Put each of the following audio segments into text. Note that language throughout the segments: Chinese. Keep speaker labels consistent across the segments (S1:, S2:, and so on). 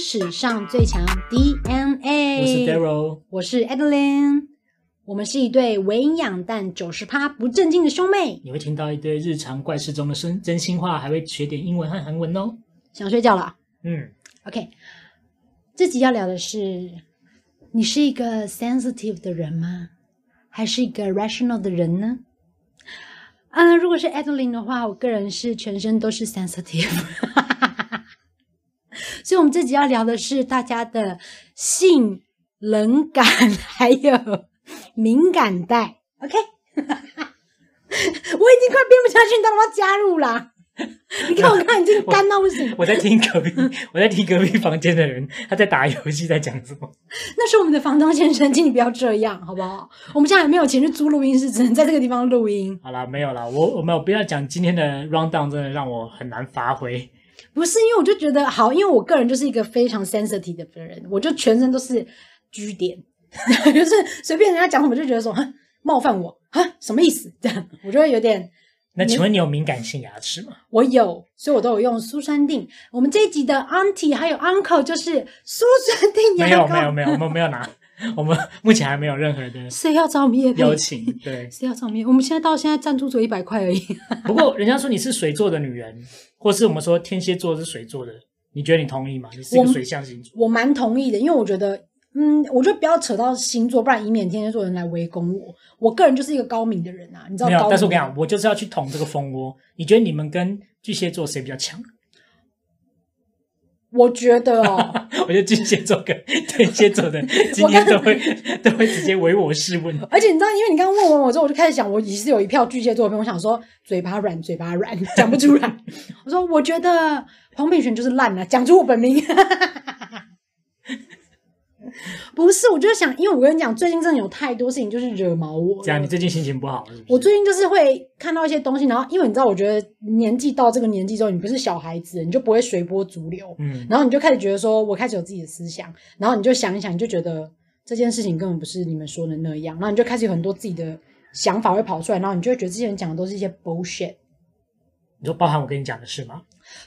S1: 史上最强 DNA。
S2: 我是 Daryl，
S1: 我是 Adeline，我们是一对伪营养但九十趴不正经的兄妹。
S2: 你会听到一堆日常怪事中的真真心话，还会学点英文和韩文哦。
S1: 想睡觉了啊
S2: 嗯，
S1: ？OK，这集要聊的是，你是一个 sensitive 的人吗？还是一个 rational 的人呢？嗯、如果是 Adeline 的话，我个人是全身都是 sensitive。所以，我们这集要聊的是大家的性冷感，还有敏感带。OK，我已经快编不下去，你到底要不要加入啦？ 你看我看已经干到不行。
S2: 我在 听隔壁，我在听隔壁房间的人他在打游戏，在讲什么？
S1: 那是我们的房东先生， 请你不要这样，好不好？我们现在也没有钱去租录音室，只能在这个地方录音。
S2: 好啦，没有啦，我我没有不要讲今天的 round down，真的让我很难发挥。
S1: 不是因为我就觉得好，因为我个人就是一个非常 sensitive 的人，我就全身都是居点， 就是随便人家讲什么就觉得说哈冒犯我啊，什么意思？这样我就会有点
S2: 那请问你有敏感性牙齿吗？
S1: 我有，所以我都有用苏珊定。我们这一集的 auntie 还有 uncle 就是苏珊定
S2: 没有
S1: 牙
S2: 没有
S1: 膏，
S2: 没有，我们没有拿，我们目前还没有任何的
S1: 谁要找我们夜配
S2: 邀？请。对，
S1: 谁要找我们业？我们现在到现在赞助只有一百块而已。
S2: 不过人家说你是水做的女人，或是我们说天蝎座是水做的，你觉得你同意吗？你是一
S1: 我
S2: 个
S1: 们
S2: 水象星座。
S1: 我蛮同意的，因为我觉得，嗯，我觉得不要扯到星座，不然以免天蝎座人来围攻我。我个人就是一个高明的人啊，你知道
S2: 没
S1: 高
S2: 有，
S1: 明。
S2: 但是我跟你讲，，我就是要去捅这个蜂窝。你觉得你们跟巨蟹座谁比较强？
S1: 我觉得 哦，
S2: 我觉得巨蟹座跟天蝎 座的今天都会 都会直接唯我是问。
S1: 而且你知道，因为你刚刚问完我之后，我就开始想，我也是有一票巨蟹座的朋友，我想说嘴巴软，嘴巴软，讲不出来。 我说，我觉得黄品璇就是烂啊，讲出我本名。 不是，我就是想，因为我跟你讲，最近真的有太多事情就是惹毛我了。
S2: 这样，你最近心情不好是不
S1: 我
S2: 是？
S1: 最近就是会看到一些东西，然后因为你知道，我觉得年纪到这个年纪之后，你不是小孩子，你就不会随波逐流，
S2: 嗯，
S1: 然后你就开始觉得说，我开始有自己的思想，然后你就想一想，你就觉得这件事情根本不是你们说的那样，然后你就开始有很多自己的想法会跑出来，然后你就会觉得之前讲的都是一些 bullshit。
S2: 你说包含我跟你讲的事吗？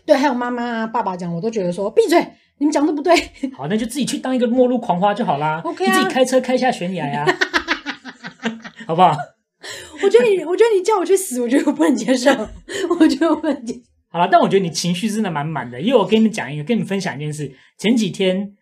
S1: 对，还有妈妈啊、爸爸讲，我都觉得说闭嘴，你们讲的不对。
S2: 好，那就自己去当一个末路狂花就好啦。
S1: OK
S2: 你
S1: 啊
S2: 自己开车开下悬崖呀、 好不好？
S1: 我觉得你，我觉得你叫我去死，我觉得我不能接受，我觉得我不能接受。
S2: 好了，但我觉得你情绪真的满满的，因为我跟你们讲一个，跟你们分享一件事。前几天，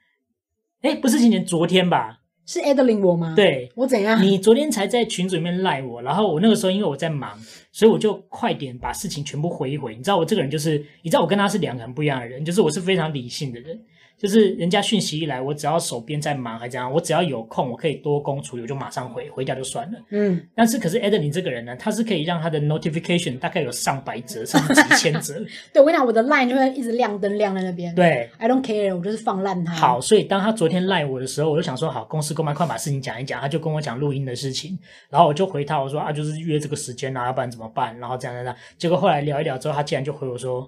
S2: 哎，不是前几天，昨天吧？
S1: 是 Adeline 我吗？，
S2: 对，
S1: 我怎 样？
S2: 你昨天才在群组里面赖我，然后我那个时候因为我在忙，所以我就快点把事情全部回一回。你知道我这个人就是，你知道我跟他是两个很不一样的人，就是我是非常理性的人，就是人家讯息一来，我只要手边在忙还怎样，我只要有空，我可以多工处理，我就马上回，回掉就算了。
S1: 嗯。
S2: 但是可是 Eden 你这个人呢，他是可以让他的 notification 大概有上百折甚至几千折，
S1: 对，我跟你讲，我的 line 就会一直亮灯亮在那边。
S2: 对。
S1: ，I don't care，我就是放烂它。
S2: 好，，所以当他昨天赖我的时候，我就想说，好，公司公办快把事情讲一讲。他就跟我讲录音的事情，然后我就回他，我说啊，就是约这个时间啊，要不然怎么办？然后这样这样这样。结果后来聊一聊之后，他竟然就回我说，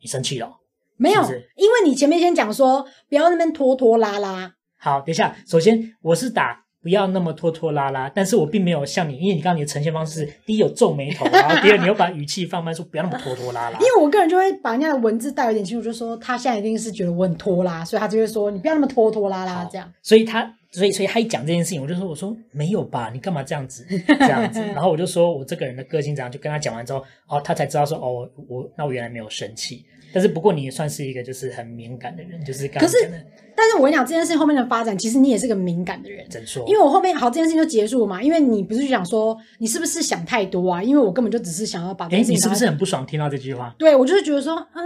S2: 你生气了哦。
S1: 没有，
S2: 是不是
S1: 因为你前面先讲说不要那边拖拖拉拉，
S2: 好，等一下，首先我是打不要那么拖拖拉拉，但是我并没有像你，因为你刚刚你的呈现方式，第一有皱眉头，然后第二你又把语气放慢，说不要那么拖拖拉拉
S1: 因。为我个人就会把人家的文字带有点清楚，就说他现在一定是觉得我很拖拉，所以他就会说你不要那么拖拖拉拉
S2: 好
S1: 这样。
S2: 所以他，所以所以他一讲这件事情，我就说，我说没有吧，你干嘛这样子，这样子？然后我就说我这个人的个性这样，就跟他讲完之后，哦，他才知道说，哦，我那我原来没有生气，但是不过你也算是一个就是很敏感的人，就是刚刚
S1: 可是
S2: 讲的
S1: 但是我跟你讲，这件事情后面的发展，其实你也是个敏感的人。
S2: 怎说？
S1: 因为我后面好这件事情就结束了嘛，因为你不是想说你是不是想太多啊？因为我根本就只是想要把这
S2: 哎，
S1: 件事
S2: 你
S1: 情把
S2: 是
S1: 它
S2: 不是很不爽听到这句话？
S1: 对我就是觉得说，嗯，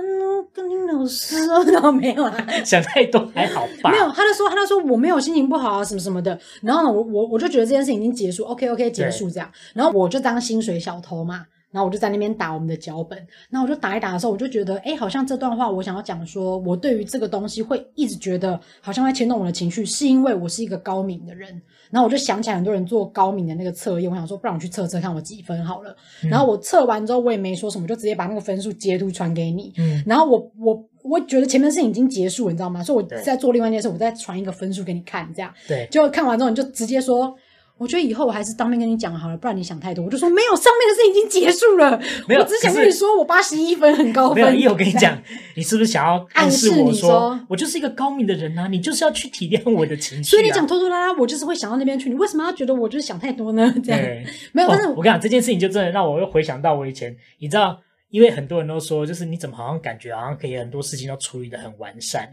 S1: 跟你老师哦，然后没有啦，
S2: 想太多还好吧？
S1: 没有，他就说，他就说我没有心情不好啊，什么什么的。然后呢，我我我就觉得这件事情已经结束，OK OK 结束这样。然后我就当薪水小偷嘛，然后我就在那边打我们的脚本。然后我就打一打的时候，我就觉得，哎，好像这段话我想要讲说，我对于这个东西会一直觉得好像会牵动我的情绪，是因为我是一个高敏的人。然后我就想起来很多人做高敏的那个测验，我想说，不然我去测测看我几分好了。
S2: 嗯
S1: 然后我测完之后，我也没说什么，就直接把那个分数截图传给你。
S2: 嗯，
S1: 然后我我我觉得前面事情已经结束了，你知道吗？所以我
S2: 对
S1: 在做另外一件事，我再传一个分数给你看，这样
S2: 对，
S1: 就看完之后你就直接说，我觉得以后我还是当面跟你讲好了，不然你想太多。我就说没有，上面的事已经结束了，
S2: 没有
S1: 我只想
S2: 可
S1: 跟你
S2: 是
S1: 说我八十一分很高
S2: 没有，
S1: 分。
S2: 一我跟你 讲，你是不是想要
S1: 暗示
S2: 示我
S1: 你说
S2: 我就是一个高明的人啊？你就是要去体谅我的情绪、啊。
S1: 所以你讲拖拖拉拉，我就是会想到那边去。你为什么要觉得我就是想太多呢？这样
S2: 对，
S1: 没有，
S2: 哦
S1: 但是
S2: 我跟你讲这件事情，就真的让我又回想到我以前，你知道，因为很多人都说，就是你怎么好像感觉好像可以很多事情都处理的很完善，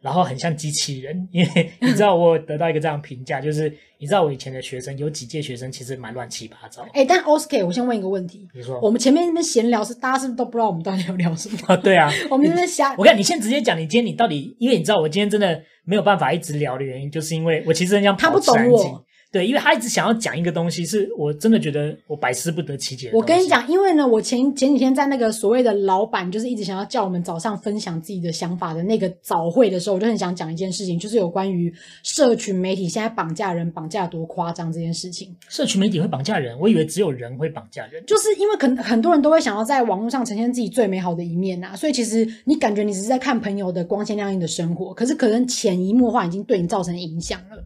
S2: 然后很像机器人。 因为你知道，我有得到一个这样评价，就是你知道我以前的学生有几届学生其实蛮乱七八糟。
S1: 哎、但 Oscar，我先问一个问题。
S2: 你说
S1: 我们前面那边闲聊是大家是不是都不知道我们到底要聊什么？
S2: 啊？对啊，
S1: 我们那边瞎
S2: 我看你先直接讲，你今天你到底，因为你知道我今天真的没有办法一直聊的原因，就是因为我其实很想
S1: 他不
S2: 保持
S1: 懂
S2: 安
S1: 我
S2: 静。对，因为他一直想要讲一个东西，是我真的觉得我百思不得其解。
S1: 我跟你，讲，因为呢，我前前几天在那个所谓的老板，就是一直想要叫我们早上分享自己的想法的那个早会的时候，我就很想讲一件事情，就是有关于社群媒体现在绑架人绑架多夸张这件事情。
S2: 社群媒体会绑架人，我以为只有人会绑架人。
S1: 就是因为可能很多人都会想要在网络上呈现自己最美好的一面呐、所以其实你感觉你只是在看朋友的光鲜亮丽的生活，可是可能潜移默化已经对你造成影响了。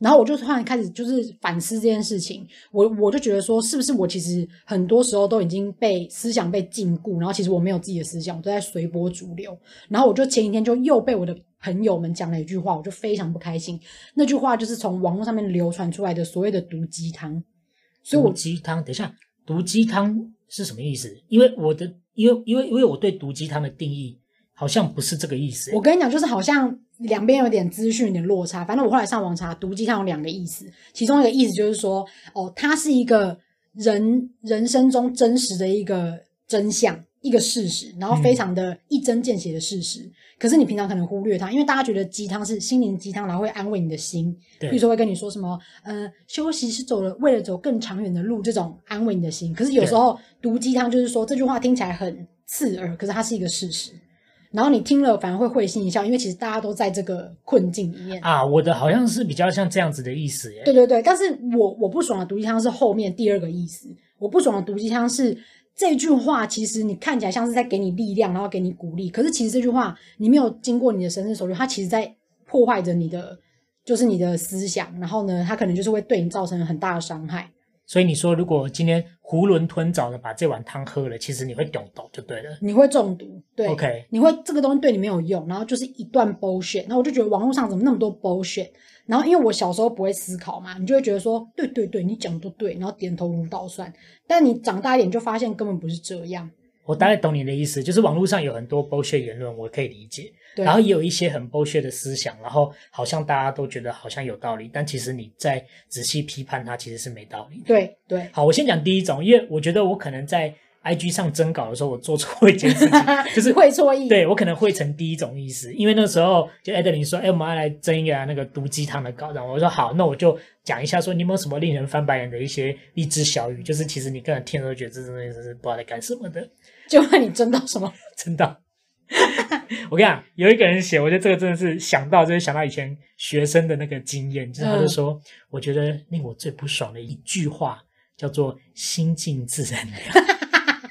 S1: 然后我就突然开始就是反思这件事情，我我就觉得说，是不是我其实很多时候都已经被思想被禁锢，然后其实我没有自己的思想，我都在随波逐流。然后我就前几天就又被我的朋友们讲了一句话，我就非常不开心。那句话就是从网络上面流传出来的所谓的毒鸡汤，所以我
S2: 毒鸡汤，等一下，毒鸡汤是什么意思？因为我的，因为因为因为我对毒鸡汤的定义好像不是这个意思。
S1: 我跟你讲，就是好像两边有点资讯有点落差。反正我后来上网查，毒鸡汤有两个意思，其中一个意思就是说，哦，它是一个人人生中真实的一个真相。一个事实，然
S2: 嗯
S1: 后非常的一针见血的事实，可是你平常可能忽略它，因为大家觉得鸡汤是心灵鸡汤，然后会安慰你的心，
S2: 对
S1: 比如说会跟你说什么，呃，休息是走了为了走更长远的路，这种安慰你的心。可是有时候毒鸡汤就是说这句话听起来很刺耳，可是它是一个事实，然后你听了反而会会心一笑，因为其实大家都在这个困境里面。
S2: 啊，我的好像是比较像这样子的意思欸耶。
S1: 对对对，但是我我不爽的毒鸡汤是后面第二个意思，我不爽的毒鸡汤是这句话，其实你看起来像是在给你力量，然后给你鼓励，可是其实这句话你没有经过你的深思熟虑，它其实在破坏着你的就是你的思想，然后呢，它可能就是会对你造成很大的伤害。
S2: 所以你说，如果今天囫囵吞枣的把这碗汤喝了，其实你会懂懂就对了。
S1: 你会中毒，对
S2: OK
S1: 你会这个东西对你没有用，然后就是一段 bullshit，然后我就觉得网络上怎么那么多 bullshit，然后因为我小时候不会思考嘛，你就会觉得说，对对对，你讲的都对，然后点头如捣蒜，但你长大一点就发现根本不是这样，
S2: 我大概懂你的意思，就是网络上有很多剥削言论，我可以理解，
S1: 对，
S2: 然后也有一些很剥削的思想，然后好像大家都觉得好像有道理，但其实你在仔细批判它，其实是没道理的。
S1: 对对，
S2: 好，我先讲第一种，因为我觉得我可能在 IG 上征稿的时候，我做错一件 事情， 就是
S1: 会错意，
S2: 对我可能会成第一种意思，因为那时候就艾德琳说，哎、我们要来争一个那个毒鸡汤的稿，然后我说好，那我就讲一下说，你有没有什么令人翻白眼的一些励志小语，就是其实你个人听了都觉得这东西真是不知道在干什么的，
S1: 就问你争到什么，
S2: 真的。 我跟你讲，有一个人写，我觉得这个真的是想到，就是想到以前学生的那个经验，就是他
S1: 嗯
S2: 就说，我觉得令我最不爽的一句话叫做“心静自然凉”。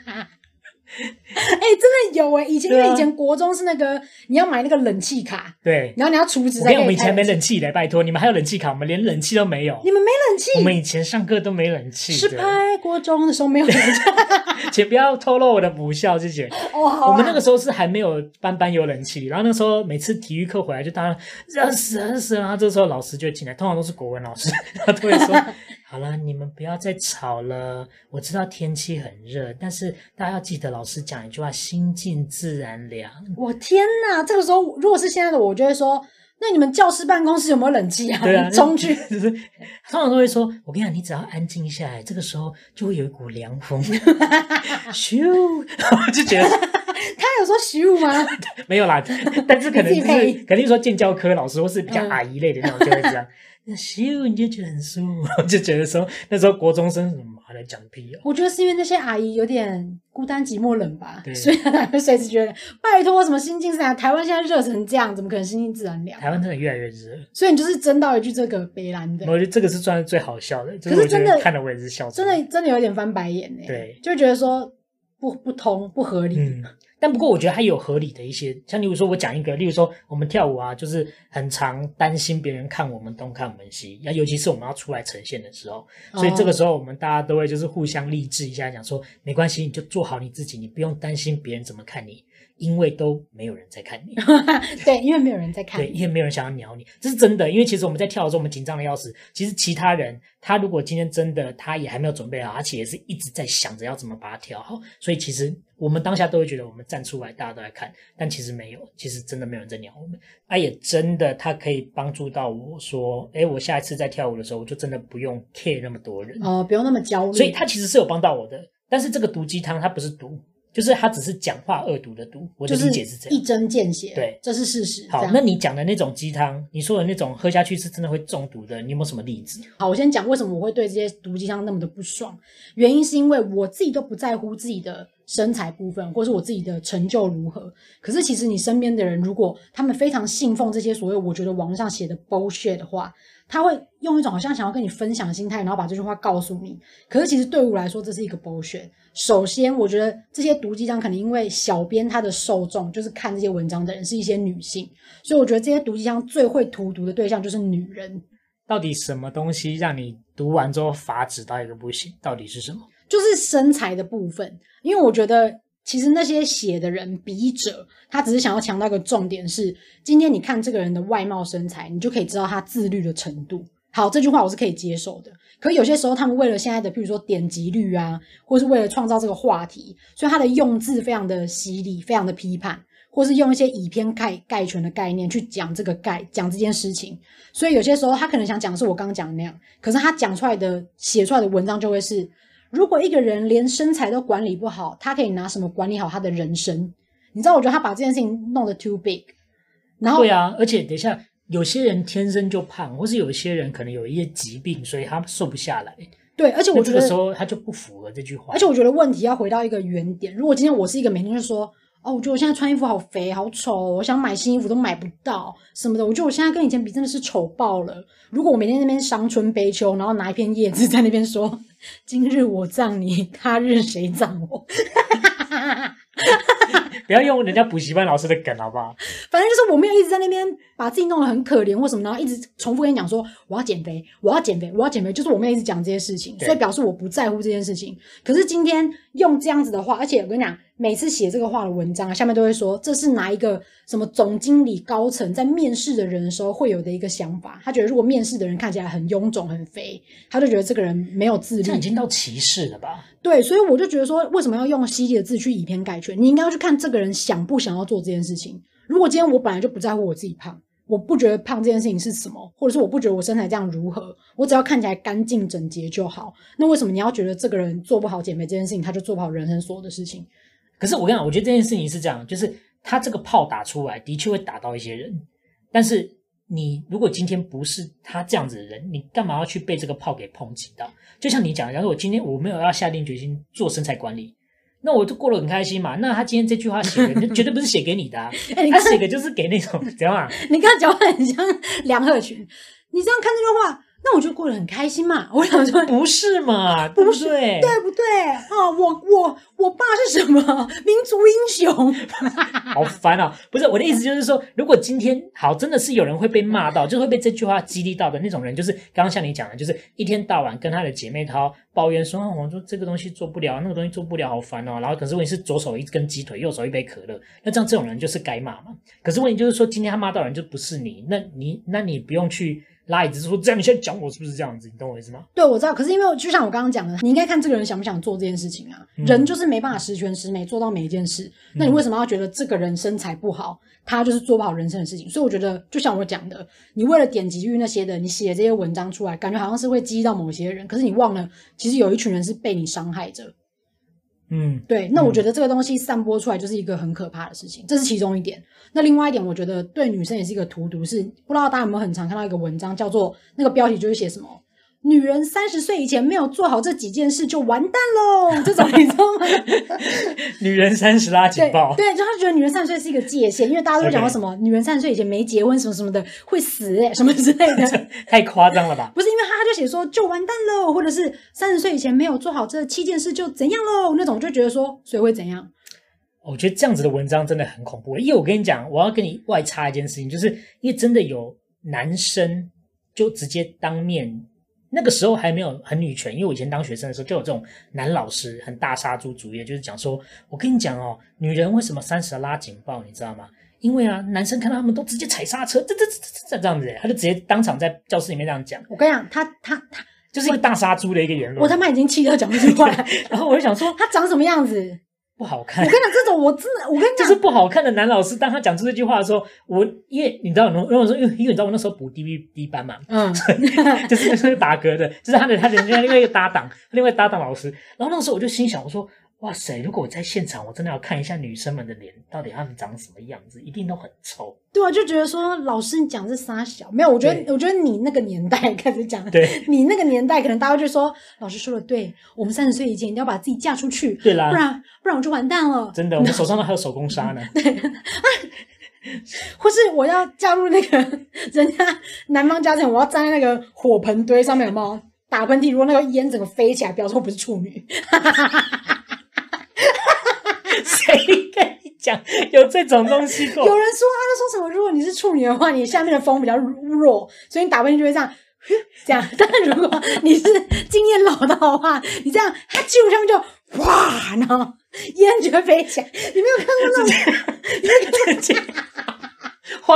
S1: 哎、真的有哎、以前、
S2: 对啊
S1: 因为以前国中是那个你要买那个冷气卡，
S2: 对，
S1: 然后你要储值
S2: 我
S1: 才
S2: 跟你讲我
S1: 可
S2: 们以
S1: 以开
S2: 前没
S1: 冷气，
S2: 冷气嘞，拜托你们还有冷气卡，我们连冷气都没有。
S1: 你们没冷气
S2: 我，们以前上课都没冷气
S1: 是
S2: 的，
S1: 拍国中的时候没有冷气，
S2: 请不要透露我的母校，谢谢。
S1: 哦，好、啊，
S2: 我们那个时候是还没有班班有冷气，然后那时候每次体育课回来就当然热死热死，然后这时候老师就会进来，通常都是国文老师， 他都会说：“好了，你们不要再吵了，我知道天气很热，但是大家要记得老师讲一句话，心静自然凉。”
S1: 我天哪！这个时候，如果是现在的我，我就会说：那你们教室办公室有没有冷气啊？
S2: 对啊，
S1: 冲去！
S2: 就是 通常都会说，我跟你讲，你只要安静下来，这个时候就会有一股凉风，咻， 我就觉得
S1: 他有说习武吗？
S2: 没有啦，但是可能
S1: 你
S2: 就
S1: 自己配
S2: 是肯定说建教科老师或是比较
S1: 嗯
S2: 阿姨类的那种就会这样， 那咻你就觉得很舒服， 我就觉得说那时候国中生什么还在讲屁哦，
S1: 我觉得是因为那些阿姨有点孤单寂寞冷吧
S2: 对，
S1: 所以她才会随时觉得，拜托，什么心静自然？台湾现在热成这样，怎么可能心静自然凉？
S2: 台湾真的越来越热，
S1: 所以你就是争到一句这个北兰的
S2: 我，觉得这个是算是最好笑的，就
S1: 可
S2: 我
S1: 是
S2: 觉
S1: 真
S2: 得
S1: 的
S2: 看了我也是笑出
S1: 真
S2: 来，
S1: 的真的有点翻白眼呢、
S2: 对
S1: 就觉得说不不通不合理。
S2: 嗯，但不过我觉得它也有合理的一些，像例如说我讲一个，例如说我们跳舞啊，就是很常担心别人看我们东看我们西，尤其是我们要出来呈现的时候，所以这
S1: 哦
S2: 个时候我们大家都会就是互相励志一下，讲说没关系，你就做好你自己，你不用担心别人怎么看你，因为都没有人在看你。
S1: 对，因为没有人在看
S2: 对，，因为没有人想要鸟你，这是真的。因为其实我们在跳的时候，我们紧张的要死。其实其他人，他如果今天真的他也还没有准备好，而且也是一直在想着要怎么把它跳好，所以其实我们当下都会觉得我们站出来，大家都在看，但其实没有，其实真的没有人在鸟我们。啊，也真的，他可以帮助到我说，哎，我下一次在跳舞的时候，我就真的不用 care 那么多人。
S1: 哦、不用那么焦虑。
S2: 所以他其实是有帮到我的，但是这个毒鸡汤它不是毒，就是它只是讲话恶毒的毒。我的
S1: 就是
S2: 理解是这样，
S1: 一针见血，
S2: 对，
S1: 这是事实。这
S2: 好，
S1: 样
S2: 那你讲的那种鸡汤，你说的那种喝下去是真的会中毒的，你有没有什么例子？
S1: 好，我先讲为什么我会对这些毒鸡汤那么的不爽。原因是因为我自己都不在乎自己的身材部分，或是我自己的成就如何。可是其实你身边的人，如果他们非常信奉这些所谓我觉得网上写的 bullshit 的话，他会用一种好像想要跟你分享的心态，然后把这句话告诉你。可是其实对我来说，这是一个 bullshit。首先，我觉得这些毒鸡汤可能因为小编他的受众就是看这些文章的人是一些女性，所以我觉得这些毒鸡汤最会荼毒的对象就是女人。
S2: 到底什么东西让你读完之后发指到一个不行？到底是什么？
S1: 就是身材的部分，因为我觉得其实那些写的人、笔者，他只是想要强调一个重点是：今天你看这个人的外貌、身材，你就可以知道他自律的程度。好，这句话我是可以接受的。可有些时候，他们为了现在的，譬如说点击率啊，或是为了创造这个话题，所以他的用字非常的犀利，非常的批判，或是用一些以偏概概全的概念去讲这个概讲这件事情。所以有些时候，他可能想讲的是我刚刚讲的那样，可是他讲出来的、写出来的文章就会是如果一个人连身材都管理不好，他可以拿什么管理好他的人生？你知道，我觉得他把这件事情弄得 too big，然后
S2: 对啊，而且等一下，有些人天生就胖，或是有些人可能有一些疾病，所以他瘦不下来。
S1: 对，而且
S2: 那
S1: 我
S2: 这
S1: 觉
S2: 个
S1: 得
S2: 时候他就不符合这句话。
S1: 而且我觉得问题要回到一个原点。如果今天我是一个每天就说，哦，我觉得我现在穿衣服好肥好丑哦，我想买新衣服都买不到什么的，我觉得我现在跟以前比真的是丑爆了。如果我每天在那边伤春悲秋，然后拿一片叶子在那边说，今日我葬你，他日谁葬我？
S2: 不要用人家补习班老师的梗，好不好？
S1: 反正就是我没有一直在那边把自己弄得很可怜或什么，然后一直重复跟你讲说我要减肥，我要减肥，我要减肥，就是我没有一直讲这些事情，
S2: 对
S1: 所以表示我不在乎这件事情。可是今天用这样子的话，而且我跟你讲，每次写这个话的文章啊，下面都会说这是哪一个什么总经理高层在面试的人的时候会有的一个想法，他觉得如果面试的人看起来很臃肿、很肥，他就觉得这个人没有自
S2: 这
S1: 律
S2: 样已，经到歧视了吧？
S1: 对，所以我就觉得说，为什么要用犀利的字去以偏概全？你应该要去看这个人想不想要做这件事情。如果今天我本来就不在乎我自己胖，我不觉得胖这件事情是什么，或者是我不觉得我身材这样如何，我只要看起来干净整洁就好。那为什么你要觉得这个人做不好减肥这件事情，他就做不好人生所有的事情？
S2: 可是我跟你讲，我觉得这件事情是这样，就是他这个炮打出来，的确会打到一些人，但是你如果今天不是他这样子的人，你干嘛要去被这个炮给抨击到？就像你讲的，假如我今天我没有要下定决心做身材管理，那我就过得很开心嘛。那他今天这句话写的，那绝对不是写给你 的、啊，
S1: 哎、你
S2: 他
S1: 看，
S2: 写的就是给那种怎样 啊？
S1: 你看，讲话很像 梁鹤群。你这样看这句话，那我就过得很开心嘛。 我想说，
S2: 不是嘛？对不对？
S1: 对不对啊？我我我爸是什么 民族英雄？
S2: 好烦啊！不是我的意思，就是说，如果今天好，真的是有人会被 骂到，就是会被这句话激励到的那种人，就是刚刚像你讲的，就是一天到晚跟他的姐妹淘抱怨说，啊我说这个东西做不了，那个东西做不了，好烦哦。然后可是问题是，左手一根鸡腿，右手一杯可乐，那这样这种人就是该骂嘛。可是问题就是说，今天他骂到的人就不是你，那你那你不用去拉椅子说，这样你现在讲我是不是这样子？你懂我意思吗？
S1: 对，我知道，可是因为我就像我刚刚讲的，你应该看这个人想不想做这件事情啊。
S2: 嗯
S1: 人就是没办法十全十美做到每一件事，那你为什么要觉得这个人身材不好，他就是做不好人生的事情？所以我觉得，就像我讲的，你为了点击率那些的，你写这些文章出来，感觉好像是会激到某些人，可是你忘了，其实有一群人是被你伤害着。
S2: 嗯，
S1: 对，那我
S2: 嗯
S1: 觉得这个东西散播出来就是一个很可怕的事情，这是其中一点。那另外一点，我觉得对女生也是一个荼毒是，不知道大家有没有很常看到一个文章，叫做那个标题就是写什么“女人三十岁以前没有做好这几件事就完蛋喽”，这种你知道 吗？
S2: 女人三十拉警
S1: 对
S2: 报，
S1: 对，就他觉得女人三十岁是一个界限，因为大家都会讲
S2: OK
S1: 说什么女人三十岁以前没结婚什么什么的会死、欸、什么之类的。
S2: 太夸张了吧？
S1: 不是因为他他就写说就完蛋喽，或者是三十岁以前没有做好这七件事就怎样喽那种，就觉得说谁会怎样？
S2: 我觉得这样子的文章真的很恐怖，因为我跟你讲，我要跟你外插一件事情，就是因为真的有男生就直接当面，那个时候还没有很女权，因为我以前当学生的时候就有这种男老师很大杀猪主义，就是讲说，我跟你讲哦，女人为什么三十拉警报，你知道吗？因为啊，男生看到他们都直接踩刹车，这这这这这样子，欸他就直接当场在教室里面这样讲，
S1: 我跟你讲，他他他，
S2: 就是一个大杀猪的一个言
S1: 我
S2: 论。
S1: 他妈已经气到讲不出话 来。
S2: 然后我就想说，
S1: 他长什么样子？
S2: 不好
S1: 我
S2: 看
S1: 跟你。讲，这种我真的，我跟你
S2: 就
S1: 讲，
S2: 是不好看的男老师，当他讲出这句话的时候，我因为你知道，因为我说，因为因为你知道我那时候补 D V D 班嘛，
S1: 嗯，
S2: 就是就是打嗝的，就是他的他的另外另外一个搭档，另外搭档老师。然后那时候我就心想，我说哇塞，如果我在现场，我真的要看一下女生们的脸，到底她们长什么样子，一定都很丑。
S1: 对啊，就觉得说老师你讲这仨小，没有，我觉得
S2: 对
S1: 我觉得你那个年代 开始讲，
S2: 对
S1: 你那个年代可能大家就说老师说的对，我们三十岁以前一定要把自己嫁出去，
S2: 对
S1: 不
S2: 啦，
S1: 然不然我就完蛋了，
S2: 真的，我们手上都还有手工纱 呢。
S1: 或是我要嫁入那个人家男方家庭，我要站在那个火盆堆上面，有没有打喷嚏？如果那个烟整个飞起来，表示我不是处女。
S2: 谁跟你讲有这种东西 过？
S1: 有人说啊，他说什么？如果你是处女的话，你下面的风比较弱，所以你打喷嚏就会这样。这样，但如果你是经验老道的话，你这样，它屁股上面就哇，然后烟就会飞起来。你没有看过那 种
S2: 花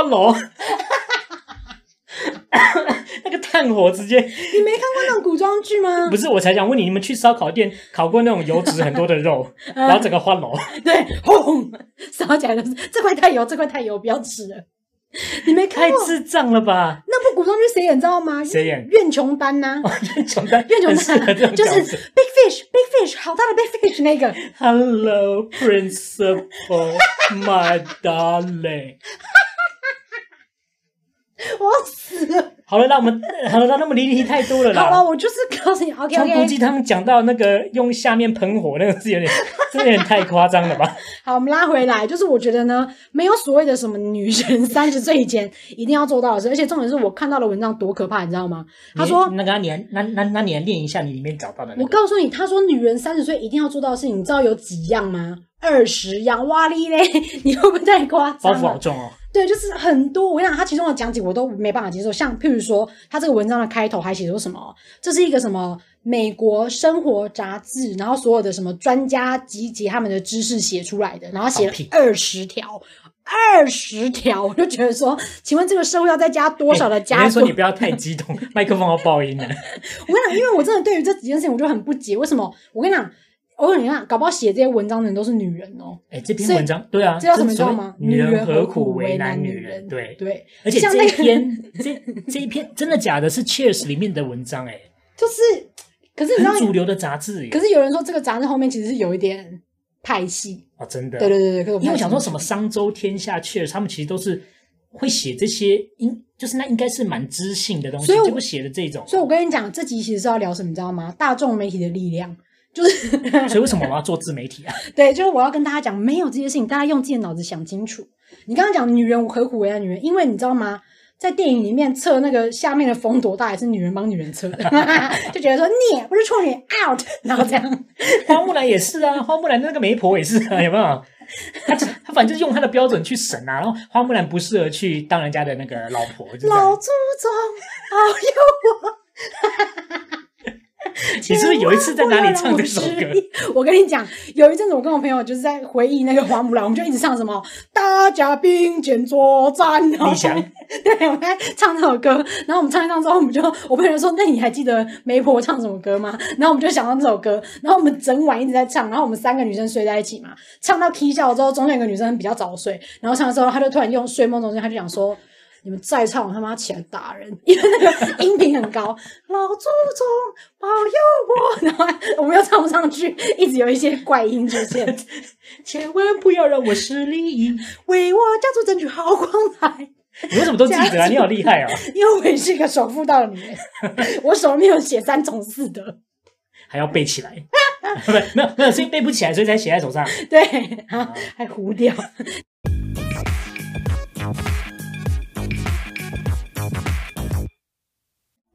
S2: 楼， 那个炭火直接
S1: 你没看过那种古装剧 吗
S2: 不？是，我才想问你，你们去烧烤店烤过那种油脂很多的 肉，
S1: 嗯
S2: 然后整个花楼，
S1: 对，轰，烧起来就是这块太油，这块太油，不要吃了。你没看
S2: 太
S1: 过
S2: 智障了吧？
S1: 那部古装剧谁演，知道吗？
S2: 谁演
S1: 苑琼丹 呐、
S2: 苑琼丹，
S1: 苑琼
S2: 很适合这
S1: 丹
S2: 种
S1: 就
S2: 角
S1: 是
S2: 色。
S1: Big Fish，Big Fish，好大的 Big Fish 那个。
S2: Hello, Principal, my darling。
S1: 我要死了！
S2: 好了，那我们好了，那那么离题太 多了
S1: 好啊，
S2: 啦。
S1: 我就是告诉你，OK
S2: 川国
S1: OK。
S2: 鸡汤讲到那个用下面喷火，那个是有点， 真的有点太夸张了吧？
S1: 好，我们拉回来，就是我觉得呢，没有所谓的什么女人三十岁以前一定要做到的事，而且重点是我看到的文章多可怕，你知道吗？ 他说
S2: 你那个啊你还那那那你还念一下你里面找到的那
S1: 我
S2: 个，
S1: 告诉你，他说女人三十岁一定要做到的事情，你知道有几样吗？二十样，哇哩嘞！ 你会不会太夸张
S2: 包
S1: 啊
S2: 袱
S1: 了
S2: 好？重哦。
S1: 对，就是很多。我跟你讲，他其中的讲解我都没办法接受。像譬如说，他这个文章的开头还写说什么？这是一个什么美国生活杂志，然后所有的什么专家集结他们的知识写出来的，然后写了
S2: 放屁
S1: 二十条。二十条，我就觉得说，请问这个社会要再加多少的
S2: 哎
S1: 枷锁？
S2: 我跟你说你不要太激动， 麦克风要爆音了。
S1: 我跟你讲，因为我真的对于这几件事情，我就很不解，为什么？我跟你讲，我跟你讲，搞不好写这些文章的人都是女人哦。
S2: 哎，这篇
S1: 所以
S2: 文章对啊，
S1: 这叫什么
S2: 正所谓
S1: 你知道吗
S2: 女
S1: 女人
S2: 人
S1: 何
S2: 何
S1: 苦
S2: 苦
S1: 为
S2: 为
S1: 难
S2: 难
S1: 女
S2: 女
S1: 人
S2: 人？对，
S1: 对，
S2: 而且
S1: 像
S2: 这
S1: 那
S2: 一
S1: 个
S2: 篇，这这一篇真的假的？是 Cheers 里面的文 章哎、
S1: 就是，可是你知道
S2: 很，主流的杂志耶。
S1: 可是有人说这个杂志后面其实是有一点派系，
S2: 哦，真的，
S1: 对对对对，可是我不
S2: 因为
S1: 太清
S2: 我想说
S1: 楚
S2: 什么商周、天下、Cheers，他们其实都是会写这些，应就是那应该是蛮知性的东西，
S1: 所以我
S2: 结果写的这种，
S1: 所
S2: 所
S1: 以我跟你讲，这集其实是要聊什么，你知道吗？大众媒体的力量，就是
S2: 以为什么我要做自媒体啊？
S1: 对，就是我要跟大家讲，没有这些事情，大家用自己的脑子想清楚。你刚刚讲女人何苦为难啊女人，因为你知道吗？在电影里面测那个下面的风多大，也是女人帮女人测的， 就觉得说你也不是处女 out，然后这 样。
S2: 花木兰也是啊，花木兰那个媒婆也是啊，有没有？他他反正就是用他的标准去审啊，然后花木兰不适合去当人家的那个老婆，就是这样
S1: 老祖宗，好有
S2: 你是不是有一次在哪里唱这首
S1: 千万不要让我？
S2: 歌
S1: 失 忆？我跟你讲，有一阵子我跟我朋友就是在回忆那个花木兰，我们就一直唱什么“大家并肩作战”，然后
S2: 理想
S1: 对，我们在唱这首歌，然后我们唱一唱之后，我们就我朋友说：“那你还记得媒婆唱什么歌吗？”然后我们就想到这首歌，然后我们整晚一直在唱，然后我们三个女生睡在一起嘛，唱到 K 笑之后，中间有个女生比较早睡，然后唱的时候，她就突然用睡梦中间，她就讲说。你们再唱，我他妈起来打人！因为那个音频很高， 老祖宗保佑我，然后我们又唱不上去，一直有一些怪音出现。
S2: 千万不要让我失礼！
S1: 为我家族争取好光彩，
S2: 你为什么都记得啊？你好厉害哦！
S1: 因为我也是一个守妇道的女人，我手里面有写三从四德。
S2: 还要背起来， 不，没有没有，所以背不起来，所以才写在手上。
S1: 对，啊，还糊掉。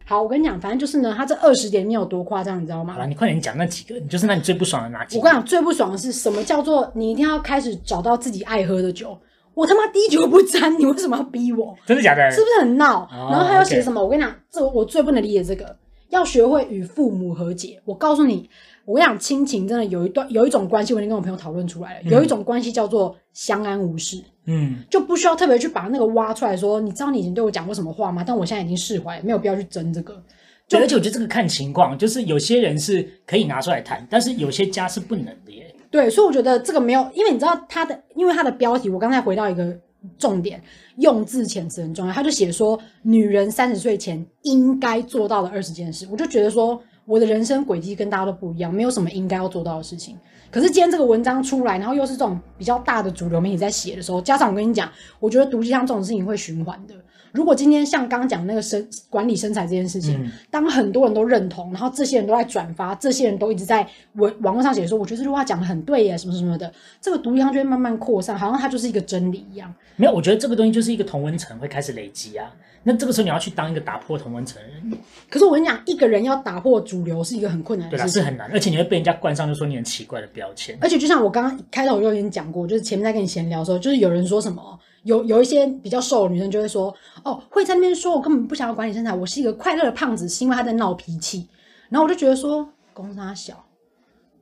S1: 好，我跟你讲，反正就是呢，他这二十点里面有多夸张，你知道吗
S2: 好？了，你快点讲那几个，你就是那你最不爽的哪几
S1: 我
S2: 个？
S1: 跟你讲，最不爽的是什么叫做你一定要开始找到自己爱喝的酒？我他妈滴酒不沾，你为什么要逼我？
S2: 真的假的？
S1: 是不是很闹？
S2: 哦
S1: 然后还有写
S2: OK
S1: 什么？我跟你讲，这我最不能理解这个，要学会与父母和解。我告诉你，我跟你讲，亲情真的有一段有一种关系，我已经跟我朋友讨论出来了，
S2: 嗯
S1: 有一种关系叫做相安无事，
S2: 嗯，
S1: 就不需要特别去把那个挖出来说，你知道你以前对我讲过什么话吗？但我现在已经释怀，没有必要去争这个。
S2: 对，而且我觉得这个看情况，就是有些人是可以拿出来谈，但是有些家是不能的耶。
S1: 对，所以我觉得这个没有，因为你知道他的，因为他的标题，我刚才回到一个重点，用字遣词很重要。他就写说，女人三十岁前应该做到的二十件事，我就觉得说，我的人生轨迹跟大家都不一样，没有什么应该要做到的事情。可是今天这个文章出来，然后又是这种比较大的主流媒体在写的时候，加上我跟你讲，我觉得毒鸡汤这种事情会循环的。如果今天像刚刚讲那个身管理身材这件事情，
S2: 嗯
S1: 当很多人都认同，然后这些人都在转发，这些人都一直在网网络上写说，我觉得这句话讲的很对耶，什么什么的，这个毒鸡汤就会慢慢扩散，好像它就是一个真理一样。
S2: 没有，我觉得这个东西就是一个同温层会开始累积啊。那这个时候你要去当一个打破同温层的人，
S1: 可是我跟你讲，一个人要打破主流是一个很困难
S2: 对啊
S1: 的
S2: 啦，
S1: 事
S2: 是
S1: 情。
S2: 很难，而且你会被人家冠上就说你很奇怪的标签。
S1: 而且就像我刚刚开头就已经讲过，就是前面在跟你闲聊的时候，就是有人说什么，有有一些比较瘦的女生就会说，哦，会在那边说我根本不想要管理身材，我是一个快乐的胖子，是因为她在闹脾气。然后我就觉得说，公差小，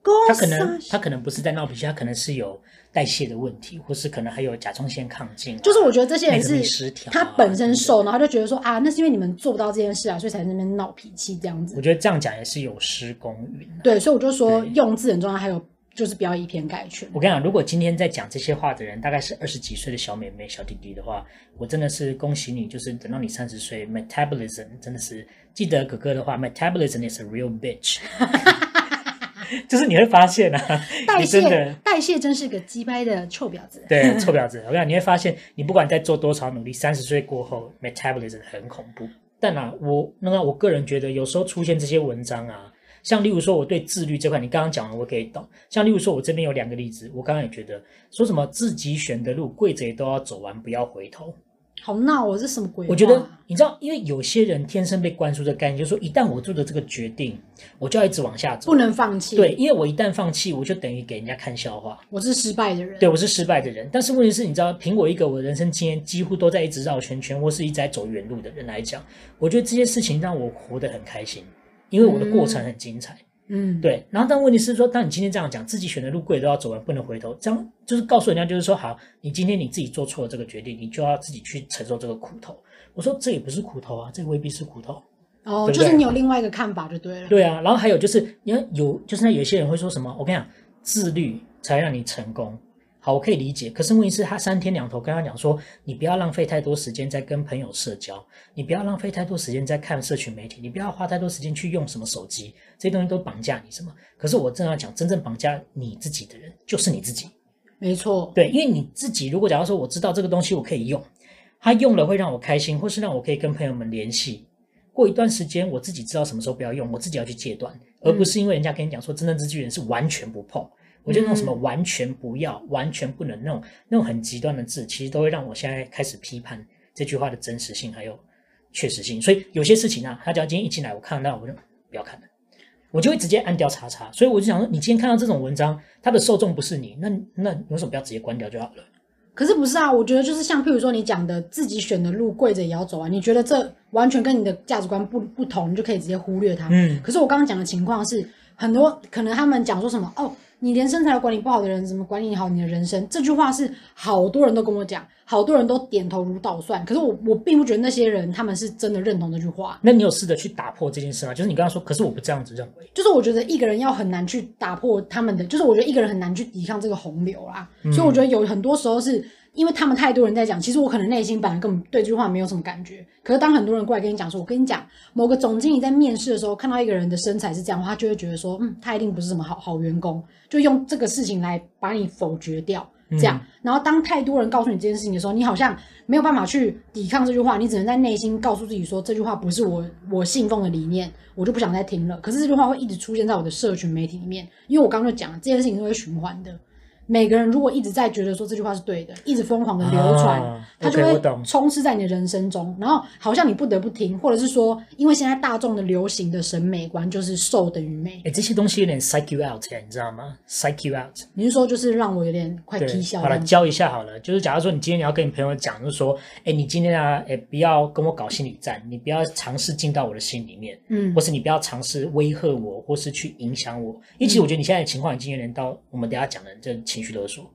S1: 公
S2: 他可
S1: 差
S2: 能
S1: 小
S2: 他。可能不是在闹脾气，他可能是有代谢的问题，或是可能还有甲状腺亢进啊、
S1: 就是我觉得这些人
S2: 内分
S1: 是
S2: 泌失调啊
S1: 他本身瘦，然后就觉得说啊，那是因为你们做不到这件事啊，所以才在那边闹脾气这样子
S2: 我。觉得这样讲也是有失公允、啊。
S1: 对，所以我就说
S2: 嗯对哦
S1: 用字很重要，还有就是不要以偏概全。
S2: 我跟你讲，如果今天在讲这些话的人大概是二十几岁的小妹妹、小弟弟的话，我真的是恭喜你，就是等到你三十岁，metabolism 真的是记得哥哥的话，metabolism is a real bitch，就是你会发现啊，
S1: 代
S2: 你真的
S1: 谢代谢真是个鸡掰的臭婊子。
S2: 对，臭婊子！我跟你讲，你会发现，你不管再做多少努力，三十岁过后，metabolism 很恐怖。但啊，我那个我个人觉得，有时候出现这些文章啊，像例如说我对自律这块，你刚刚讲了，我可以懂。像例如说，我这边有两个例子，我刚刚也觉得说什么自己选的路，跪着也都要走完，不要回头。
S1: 好闹哦，这什么鬼话？
S2: 我觉得你知道，因为有些人天生被灌输的概念，就是说一旦我做了这个决定，我就要一直往下走
S1: 不。能放弃。
S2: 对，，因为我一旦放弃，我就等于给人家看笑话。
S1: 我是失败的人。
S2: 对，我是失败的人，但是问题是，你知道，凭我一个我人生经验几乎都在一直绕圈圈，或是一直在走远路的人来讲，我觉得这些事情让我活得很开心，因为我的过程很精彩。
S1: 嗯，
S2: 对，然后但问题是说，当你今天这样讲，自己选的路贵都要走完，不能回头，这样就是告诉人家，就是说，好，你今天你自己做错了这个决定，你就要自己去承受这个苦头。我说这也不是苦头啊，这未必是苦头。
S1: 哦，
S2: 对不
S1: 就
S2: 对
S1: 是你有另外一个看法就对了。
S2: 对啊，然后还有就是，你看有，就是那有些人会说什么，我跟你讲，自律才让你成功。好，我可以理解，可是问题是，他三天两头跟他讲说，你不要浪费太多时间在跟朋友社交，你不要浪费太多时间在看社群媒体，你不要花太多时间去用什么手机，这些东西都绑架你什么。可是我正要讲，真正绑架你自己的人就是你自己。
S1: 没错。
S2: 对，因为你自己如果假如说我知道这个东西我可以用，它用了会让我开心，或是让我可以跟朋友们联系。过一段时间，我自己知道什么时候不要用，我自己要去戒断，而不是因为人家跟你讲说真正自律人是完全不碰。我觉得那种什么完全不要、完全不能那种那种很极端的字，其实都会让我现在开始批判这句话的真实性还有确实性。所以有些事情啊，他只要今天一进来，我看到我就不要看了。我就会直接按掉叉叉。所以我就想说，你今天看到这种文章，它的受众不是你，那那你为什么不要直接关掉就好了？
S1: 可是不是啊？我觉得就是像譬如说你讲的，自己选的路跪着也要走啊。你觉得这完全跟你的价值观不不同，你就可以直接忽略它。
S2: 嗯，
S1: 可是我刚刚讲的情况是，很多可能他们讲说什么哦，你连身材都管理不好的人，怎么管理好你的人生？这句话是好多人都跟我讲，好多人都点头如捣蒜。可是我我并不觉得那些人他们是真的认同这句话。
S2: 那你有试着去打破这件事吗？就是你刚刚说，可是我不这样子认为。
S1: 就是我觉得一个人要很难去打破他们的，就是我觉得一个人很难去抵抗这个洪流啦。所以我觉得有很多时候是因为他们太多人在讲，其实我可能内心本来根本对这句话没有什么感觉，可是当很多人过来跟你讲说，我跟你讲，某个总经理在面试的时候看到一个人的身材是这样，他就会觉得说，嗯，他一定不是什么好好员工，就用这个事情来把你否决掉。这样，然后当太多人告诉你这件事情的时候，你好像没有办法去抵抗这句话，你只能在内心告诉自己说，这句话不是我我信奉的理念，我就不想再听了。可是这句话会一直出现在我的社群媒体里面，因为我刚刚就讲了，这件事情是会循环的。每个人如果一直在觉得说这句话是对的，一直疯狂的流传，
S2: 啊
S1: 它就
S2: OK，我
S1: 会
S2: 懂
S1: 充斥在你的人生中，然后好像你不得不听，或者是说，因为现在大众的流行的审美观就是瘦等于美
S2: 哎、，这些东西有点 psych you out，欸你知道吗？psych you out。
S1: 你是说就是让我有点快踢
S2: 对，
S1: 笑
S2: 好
S1: 这
S2: 了，
S1: 样子？
S2: 教一下好了。就是假如说你今天你要跟你朋友讲，就是说，哎，你今天啊，哎，不要跟我搞心理战，你不要尝试进到我的心里面，
S1: 嗯
S2: 或，是你不要尝试威吓我，或是去影响我。因为其实我觉得你现在的情况已经有点到我们等一下讲的这情绪勒索。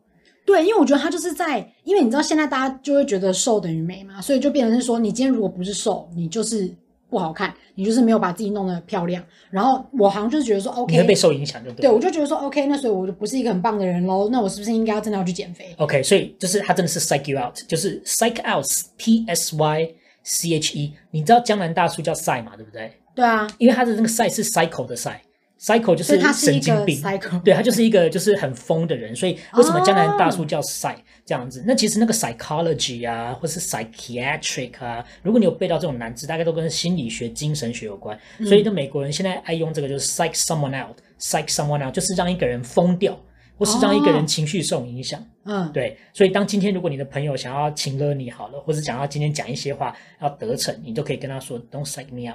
S1: 对，因为我觉得他就是在，因为你知道现在大家就会觉得瘦等于美嘛，所以就变成是说，你今天如果不是瘦，你就是不好看，你就是没有把自己弄得漂亮。然后我好像就是觉得说
S2: 你会
S1: ，OK，
S2: 被受影响，就对
S1: 对
S2: 了。
S1: 我就觉得说，OK，那所以我就不是一个很棒的人喽，那我是不是应该要真的要去减肥？
S2: OK，所以就是他真的是 psych you out，就是 psych out P S Y C H E。你知道江南大叔叫赛嘛，对不对？
S1: 对啊，
S2: 因为他的那个赛是 psycho 的赛，psycho 就
S1: 所以他是一
S2: 神经
S1: 个
S2: 病。
S1: psycho，
S2: 对他啊就是一个就是很疯的人，所以为什么江南
S1: 哦
S2: 大叔叫 psy 这样子？那其实那个 psychology 啊，或是 psychiatric 啊，如果你有背到这种难字，大概都跟心理学、精神学有关。所
S1: 嗯
S2: 以，就美国人现在爱用这个就是 psych someone out，psych someone out，就是让一个人疯掉，或是让一
S1: 哦
S2: 个人情绪受影响。
S1: 嗯，
S2: 对，所以当今天如果你的朋友想要请了你好了，或是想要今天讲一些话要得逞，你就可以跟他说 Don't psych me out，Don't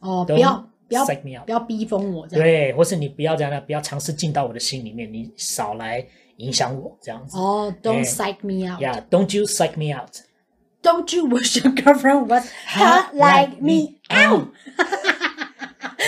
S1: 哦，不要不要
S2: 啊 psych me out
S1: 不。要逼疯我这样。
S2: 对，或是你不要这样的，不要尝试进到我的心里面，你少来影响我这样子。
S1: 哦、d o n
S2: 哎
S1: t psych me out.
S2: Yeah, don't you psych me out.
S1: Don't you wish your girlfriend was hot like me?
S2: out.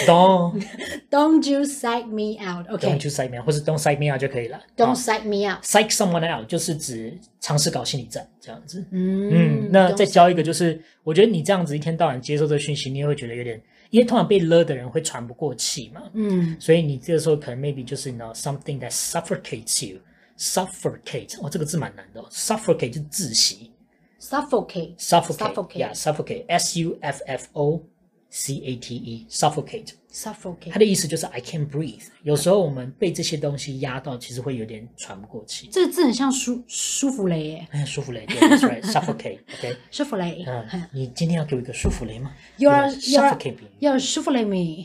S2: don't
S1: Don't you psych me out? OK,
S2: don't you psych me out，或是 don't psych me out 就可以了。
S1: don't
S2: 啊
S1: psych me out.
S2: psych someone out 就是指尝试搞心理战这样子。
S1: 嗯
S2: 嗯，那
S1: don't-
S2: 再教一个就是，我觉得你这样子一天到晚接受这个讯息，你也会觉得有点，因为通常被勒的人会喘不过气嘛，
S1: 嗯，
S2: 所以你这个时候可能 maybe 就是你知道 something that suffocates you。suffocate，哦，这个字蛮难的、哦。suffocate 就窒息
S1: suffocate.Suffocate
S2: ，suffocate，yeah，suffocate，s u f f o c a t e，suffocate，它
S1: suffocate.
S2: 的意思就是 I can't breathe。有时候我们被这些东西压到，其实会有点喘不过气。
S1: 这个字很像舒舒芙蕾耶，
S2: 哎，舒服雷，对，that's right，suffocate，OK、
S1: 舒芙蕾。
S2: 嗯，你今天要给我一个舒服雷吗
S1: You're- you're-
S2: suffocate me。
S1: 要舒芙蕾 me，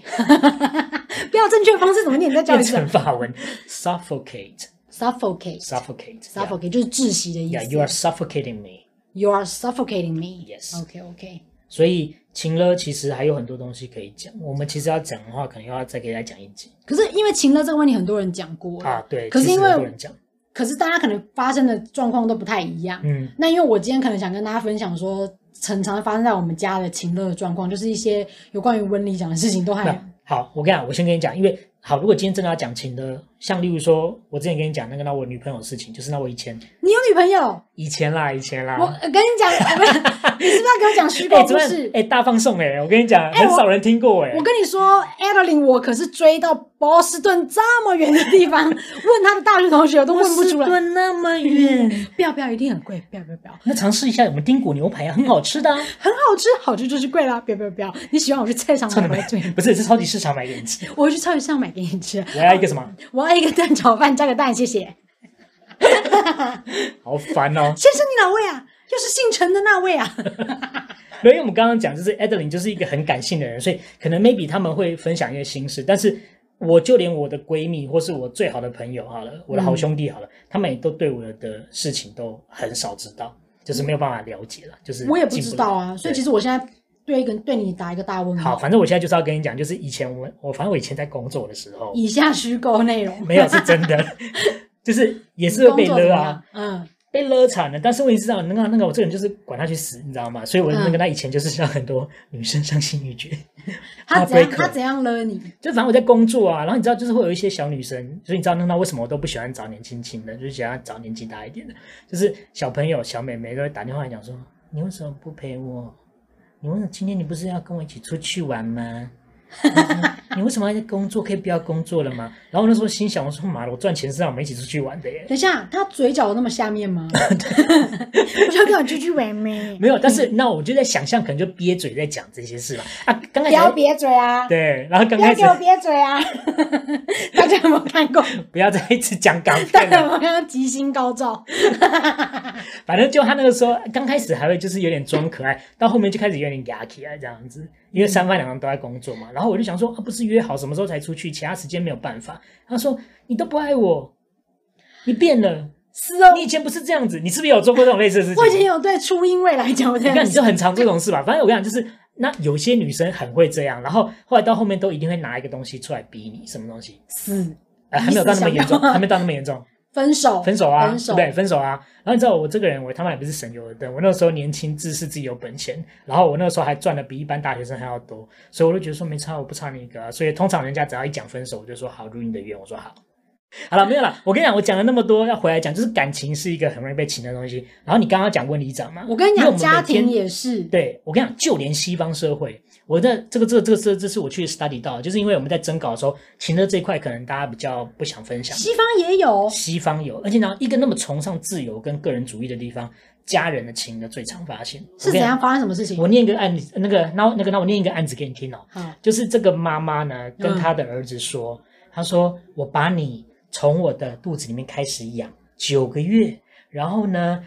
S1: 不要正确方式怎么念？你 再教
S2: 变
S1: 一次
S2: 成法文，suffocate，suffocate，yeah，you
S1: ，suffocate。suffocate 就是窒息的意
S2: Yeah,
S1: 思。
S2: you are suffocating me。
S1: You are suffocating me.
S2: Yes.
S1: OK OK.
S2: 所以情了其实还有很多东西可以讲，我们其实要讲的话，可能要再给大家讲一集
S1: 可是因为情乐这个问题，很多人讲过了
S2: 啊。对，
S1: 可是
S2: 其实
S1: 因为
S2: 很多人讲，
S1: 可是大家可能发生的状况都不太一样。
S2: 嗯，
S1: 那因为我今天可能想跟大家分享说，常常发生在我们家的情乐的状况，就是一些有关于婚礼讲的事情都还
S2: 那好，我跟你讲，我先跟你讲，因为好，如果今天真的要讲情了，像例如说，我之前跟你讲那个那我女朋友的事情，就是那我以前
S1: 你有女朋友？
S2: 以前啦，以前啦，
S1: 我呃跟你讲， 我跟你是不是要给我讲虚构
S2: 哎，
S1: 故
S2: 怎么
S1: 事？
S2: 哎大放送哎，我跟你讲，
S1: 哎
S2: 很
S1: 我
S2: 少人听过哎，
S1: 我跟你说 a d e l i n 我可是追到波士顿这么远的地方，问他的大学同学我都问不出来。
S2: 顿那么远，
S1: 不要不要，一定很贵，不要不要不要，
S2: 那尝试一下我们丁骨牛排啊，很好吃 的啊。
S1: 很好吃，好吃就是贵啦，不要不要不要。你喜欢我去菜场买
S2: 超
S1: 回
S2: 买
S1: 来 最，
S2: 不是是超级市场买给你吃。
S1: 我会去超级市场买给你吃。
S2: 我要一个 什么？
S1: 我要一个蛋炒饭加个蛋，谢谢。
S2: 好烦哦！
S1: 先生，你哪位啊？又是姓陈的那位啊？
S2: 没有因为我们刚刚讲，就是 Adeline 就是一个很感性的人，所以可能 maybe 他们会分享一些心事，但是我就连我的闺蜜或是我最好的朋友好了，我
S1: 嗯
S2: 的好兄弟好了，他们也都对我的事情都很少知道，就是没有办法了解了，就是
S1: 我也不
S2: 进
S1: 知
S2: 了
S1: 道啊，所以
S2: 对
S1: 其实我现在对一个对你打一个大问
S2: 好，
S1: 号。
S2: 反正我现在就是要跟你讲，就是以前我我反正我以前在工作的时候，
S1: 以下虚构内容
S2: 没有是真 的，就是也
S1: 你
S2: 是会
S1: 工
S2: 被
S1: 作怎
S2: 勒
S1: 么
S2: 啊
S1: 样，？嗯，
S2: 被勒惨了，但是我也知道，那个那个，我这个人就是管他去死，你知道吗？所以我那
S1: 嗯
S2: 个他以前就是像很多女生伤心欲绝，
S1: 他怎样
S2: Heartbreaker
S1: 他怎样勒你？
S2: 就反正我在工作啊，然后你知道，就是会有一些小女生，所以你知道那那为什么我都不喜欢找年轻轻的，就是喜欢找年纪大一点的，就是小朋友、小妹妹都会打电话来讲说，你为什么不陪我？你为什么今天你不是要跟我一起出去玩吗？ 你为什么还在工作？可以不要工作了吗？然后我那时候心想，我说妈的，我赚钱是让我们一起出去玩的耶。
S1: 等一下，他嘴角有那么下面 吗？我想跟我出去玩咩？
S2: 没有，但是那我就在想象，可能就憋嘴在讲这些事嘛。啊，刚
S1: 不
S2: 开
S1: 要
S2: 始
S1: 瘪嘴啊！
S2: 对，然后刚
S1: 不要
S2: 开始
S1: 给我瘪嘴啊！大家有没有看 过？
S2: 不要再一直讲港
S1: 大
S2: 片
S1: 家有
S2: 了。
S1: 没有看到吉星高照？
S2: 反正就他那个时候刚开始还会就是有点装可爱，到后面就开始有点牙起来这样子，因为三番两人都在工作嘛。然后我就想说，啊，不是约好什么时候才出去，其他时间没有办法。他说你都不爱我，你变了，
S1: 是哦
S2: 你，以前不是这样子，你是不是有做过这种类似的事情？
S1: 我以前有对初音未来讲这
S2: 你看
S1: 样
S2: 你
S1: 子
S2: 就，很常做这种事吧。反正我跟你讲，就是那有些女生很会这样，然后后来到后面都一定会拿一个东西出来逼你，什么东西？
S1: 死
S2: 呃，还没有到那么严
S1: 逼
S2: 重，
S1: 死想到
S2: 还没到那么严重，
S1: 分手，
S2: 分手啊，
S1: 分手
S2: 对，分手啊。然后你知道我这个人，我他妈也不是省油的灯。我那个时候年轻，自视自己有本钱，然后我那个时候还赚的比一般大学生还要多，所以我就觉得说没差，我不差你一个、啊。所以通常人家只要一讲分手，我就说好，如你的愿，我说好。好了，没有了。我跟你讲，我讲了那么多，要回来讲，就是感情是一个很容易被情的东西。然后你刚刚讲过里长嘛，
S1: 我跟你
S2: 因为我
S1: 讲，家
S2: 们的
S1: 庭
S2: 天
S1: 也是，
S2: 对我跟你讲，就连西方社会，我的这个这个这个这个这是我去 study 到的，就是因为我们在征稿的时候，情乐这一块可能大家比较不想分享。
S1: 西方也有，
S2: 西方有，而且呢，一个那么崇尚自由跟个人主义的地方，家人的情乐最常发现。我
S1: 是
S2: 跟
S1: 怎
S2: 你讲
S1: 样发生什么事情？
S2: 我念一个案例，那个，那那个，那我念一个案子给你听哦。
S1: 好，
S2: 就是这个妈妈呢，跟
S1: 嗯
S2: 她的儿子说，她说：“我把你从我的肚子里面开始养九个月，然后呢，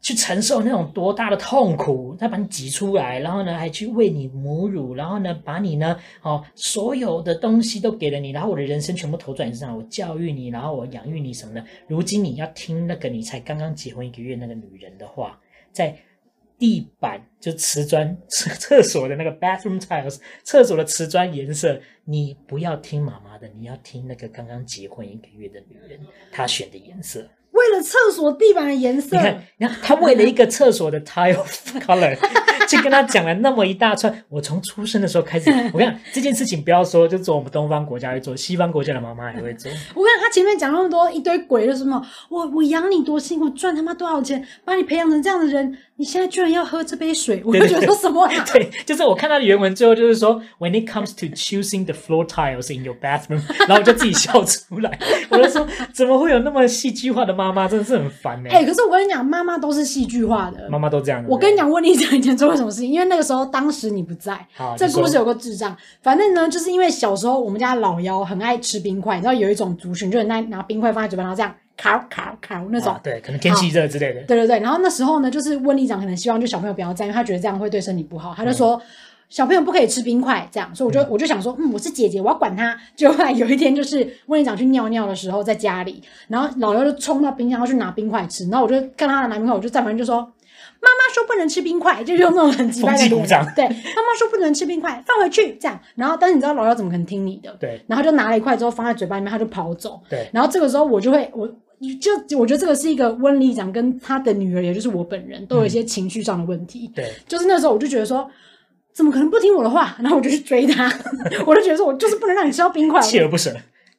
S2: 去承受那种多大的痛苦，她把你挤出来，然后呢，还去喂你母乳，然后呢，把你呢，哦，所有的东西都给了你，然后我的人生全部投转你身上，我教育你，然后我养育你什么的。如今你要听那个你才刚刚结婚一个月那个女人的话，在地板就瓷砖 厕厕所的那个 bathroom tiles 厕所的瓷砖颜色，你不要听妈妈的，你要听那个刚刚结婚一个月的女人她选的颜色。
S1: 为了厕所地板的颜色
S2: 你，看，你看，她为了一个厕所的 tile color 去跟她讲了那么一大串。我从出生的时候开始，我跟你讲这件事情，不要说就做我们东方国家会做，西方国家的妈妈也会做。
S1: 我看他前面讲那么多一堆鬼，就是什么我我养你多辛苦，赚他妈多少钱，把你培养成这样的人，你现在居然要喝这杯水，我
S2: 对
S1: 就
S2: 对
S1: 觉得
S2: 对
S1: 说什么啊？
S2: 对，就是我看他的原文，最后就是说，When it comes to choosing the floor tiles in your bathroom，然 后我就自己笑出来， 我就说，怎么会有那么戏剧化的妈妈，真的是很烦呢、欸
S1: 哎、可是我跟你讲，妈妈都是戏剧化的。
S2: 妈妈都这样。
S1: 我跟你讲，我跟你讲以前做过什么事情，因为那个时候当时你不在。
S2: 讲
S1: 这故事有个智障，反正呢，就是因为小时候我们家老幺很爱吃冰块，你知道有一种族群就很爱拿冰块放在嘴巴，然后这样烤烤烤那种。啊
S2: 对，可能天气热之类的。
S1: 对对对，然后那时候呢，就是温丽长可能希望就小朋友不要这样，因为他觉得这样会对身体不好，他就说。小朋友不可以吃冰块，这样，所以我就、我就想嗯说，嗯，我是姐姐，我要管他。结果后来有一天，就是温丽长去尿尿的时候，在家里，然后老幺就冲到冰箱要去拿冰块吃，然后我就看他拿冰块，我就在旁边就说：“妈妈说不能吃冰块。”就用那种很急白的
S2: 风纪鼓
S1: 脸
S2: 掌，
S1: 对，妈妈说不能吃冰块，放回去这样。然后，但是你知道老幺怎么可能听你的？
S2: 对
S1: 然后他就拿了一块之后放在嘴巴里面，他就跑走。
S2: 对
S1: 然后这个时候我就会我。就我觉得这个是一个温里长跟他的女儿，也就是我本人，都有一些情绪上的问题。
S2: 对，
S1: 就是那时候我就觉得说，怎么可能不听我的话？然后我就去 追他，我就觉得说我就是不能让你吃到冰块。我就
S2: 锲而不舍。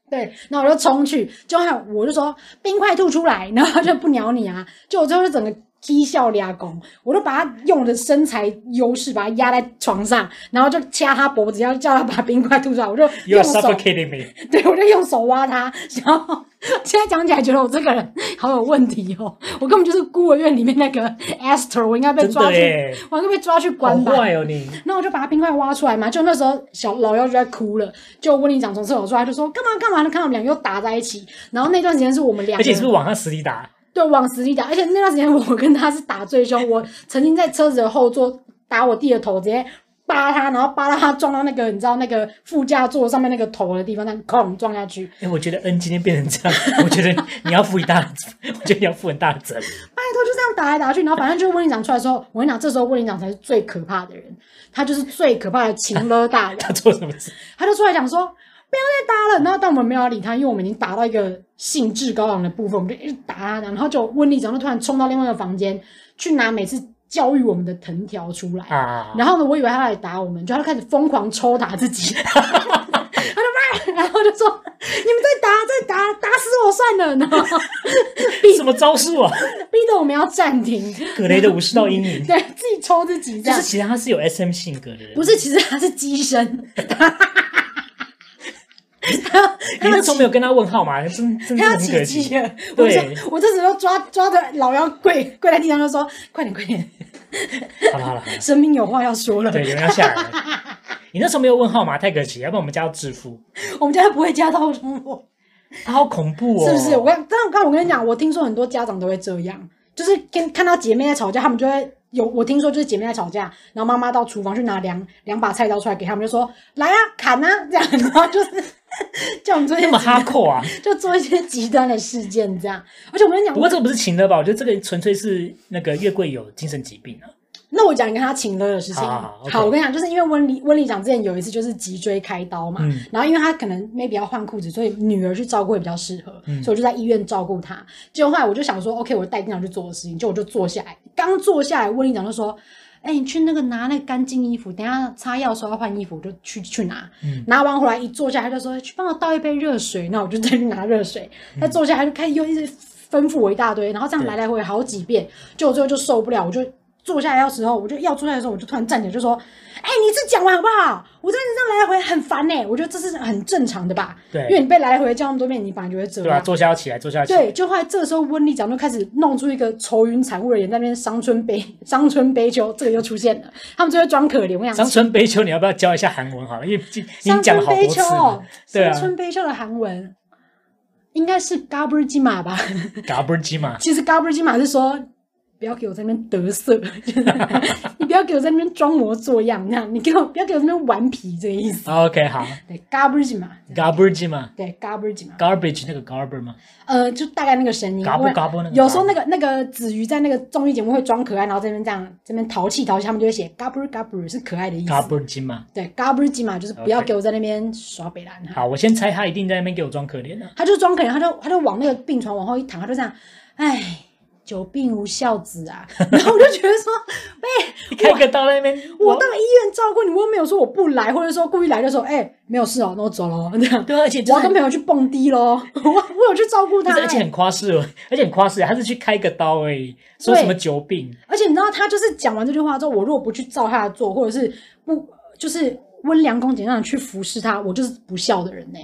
S1: 对，然后我就冲去，就还有我就说冰块吐出来，然后他就不鸟你啊，就我最后就整个踢笑俩拱，我就把他用我的身材优势把他压在床上，然后就掐他脖子，要叫他把冰块吐出来，我就
S2: You
S1: 用
S2: are
S1: 手
S2: suffocating me。
S1: 对，我就用手挖他，然后现在讲起来觉得我这个人好有问题哦，我根本就是孤儿院里面那个 Esther，我应该被
S2: 真
S1: 抓
S2: 的
S1: 去，
S2: 耶，
S1: 我应该被抓去
S2: 好
S1: 关吧。
S2: 坏哦你。
S1: 那我就把他冰块挖出来嘛，就那时候小老幺就在哭了，就温丽长从厕所出来就说干嘛干嘛，就看我们俩又打在一起，然后那段时间是我们两个
S2: 而且是不
S1: 人
S2: 是往他死里打？
S1: 对往死里打，而且那段时间我跟他是打最凶，我曾经在车子的后座打我弟的头，直接扒他，然后扒到他撞到那个你知道那个副驾座上面那个头的地方，那哐撞下去，
S2: 哎，我觉得恩今天变成这样，我 觉得你要负一大， 我觉得你要负很大的责任。
S1: 拜托，就这样打来打去，然后反正就是温林长出来之后，我跟你讲，这时候温林长才是最可怕的人，他就是最可怕的情勒大人，
S2: 他做什么事？
S1: 他就出来讲说不要再打了，然后但我们没有要理他，因为我们已经打到一个兴致高昂的部分，我们就一直打他，然后就温丽长就突然冲到另外一个房间去拿每次教育我们的藤条出来，
S2: 啊，
S1: 然后呢，我以为他来打我们，就他就开始疯狂抽打自己， 他就骂，然后就说你们再打再打，打死我算了，然后逼
S2: 什么招 数啊？
S1: 逼得我们要暂停。
S2: 葛雷的武士道阴 影。
S1: 对自己抽自己这
S2: 就
S1: 样
S2: 是，其实他是有 S M 性格的人，
S1: 不是，其实他是机身， 他
S2: 你那时候没
S1: 有
S2: 有跟他问号码，真真的
S1: 他要
S2: 很可
S1: 起机
S2: 惜。
S1: 了，我
S2: 对
S1: 想我这时候抓抓着老妖跪跪在地上就说：“快点快点，
S2: 好了好了，好了
S1: 生命有话要说了。
S2: 对，有人要下来了。你那时候没有问号码，太可惜，要不然我们家要致富。
S1: 我们家不会家道中落，
S2: 他好恐怖哦，
S1: 是不是？我跟但我刚我跟你讲，我听说很多家长都会这样，就是跟看到姐妹在吵架，他们就会。有我听说就是姐妹在吵架，然后妈妈到厨房去拿两两把菜刀出来给他们，就说来啊砍啊这样，然后就是 叫我们做一些
S2: 那么
S1: 极
S2: 哈
S1: 端
S2: 扣啊！
S1: 就做一些极端的事件这样。而且我跟你讲，
S2: 不过这个不是情勒吧？我觉得这个纯粹是那个月桂有精神疾病啊。
S1: 那我讲一个他请了的事情。
S2: 好啊好好，OK
S1: 我跟你讲，就是因为温丽温丽讲之前有一次就是脊椎开刀嘛，
S2: 嗯
S1: 然后因为她可能 maybe 要换裤子，所以女儿去照顾也比较适合，
S2: 嗯
S1: 所以我就在医院照顾她。结果后来我就想说，OK，我带电脑去做我的事情，就我就坐下来，刚坐下来，温丽讲就说。哎、你去那个拿那个干净衣服，等一下擦药的时候要换衣服，我就去去拿。
S2: 嗯
S1: 拿完回来一坐下，他就说去帮我倒一杯热水，那我就再去拿热水。他坐下，他就开始又一直吩咐我一大堆，然后这样
S2: 对
S1: 来来回回好几遍，就我最后就受不了，我就坐下来的时候，我就要坐下来的时候，我就突然站起来就说：“哎、你自己讲完好不好？我真的这样来来回回很烦呢、我觉得这是很正常的吧，
S2: 对
S1: 因为你被来来回回叫那么多遍，你反而就会这
S2: 对吧？
S1: 样。
S2: 坐下要起来，坐下要起来。
S1: 对，就后来这个时候，温丽讲就开始弄出一个愁云惨雾的人在那边伤春悲 伤春悲秋，这个又出现了，他们就会装可怜。我想
S2: 伤春悲秋，你要不要教一下韩文好了？因为你
S1: 伤
S2: 你讲了
S1: 春
S2: 好
S1: 悲
S2: 多
S1: 秋
S2: 次
S1: 哦
S2: 了，，对啊
S1: 伤春悲秋的韩文应该是 g a b r j i m a 吧？
S2: 嘎嘣鸡嘛，
S1: 其实 g a b r j i m a 是说不要给我在那边得瑟， 就是你不要给我在那边装模作样，那样你给我不要给我在那边顽皮这个意思。
S2: OK，好
S1: 对 g a b r j i m a
S2: ，garbage 嘛
S1: 对 g a b r j i m a
S2: ，garbage 那个 garbage 吗？
S1: 呃，就大概那个声音。
S2: 嘎
S1: 因
S2: 嘣
S1: 为
S2: 嘎嘣那个
S1: 有时候那
S2: 嘎
S1: 个那个子瑜在那个综艺节目会装可爱，然后这边这样这边淘气淘气，他们就会写 g a b r g a b r 是可爱的意思。
S2: garbage 嘛。
S1: 对 g a b r j i m a 就是不要
S2: OK
S1: 给我在那边耍北兰哈。
S2: 好，我先猜他一定在那边给我装可怜的。啊
S1: 他就装可怜，他就他就往那个病床往后一躺，他就这样，哎，久病无孝子啊。 然后我就觉得说，
S2: 你开个刀在那边，
S1: 我到医院照顾你，我又没有说我不来，或者说故意来就说，哎、没有事哦，那我走了，这样。
S2: 对啊，而且
S1: 我
S2: 就
S1: 要
S2: 是
S1: 跟朋友去蹦迪喽， 我我有去照顾他、
S2: 不是而且
S1: 哎
S2: 很夸饰哦， 而且很夸饰，他是去开个刀而已，说
S1: 对
S2: 什么久病，
S1: 而且你知道，他就是讲完这句话之后，我如果不去照他的做，或者是不就是温良恭俭让地去服侍他，我就是不孝的人呢、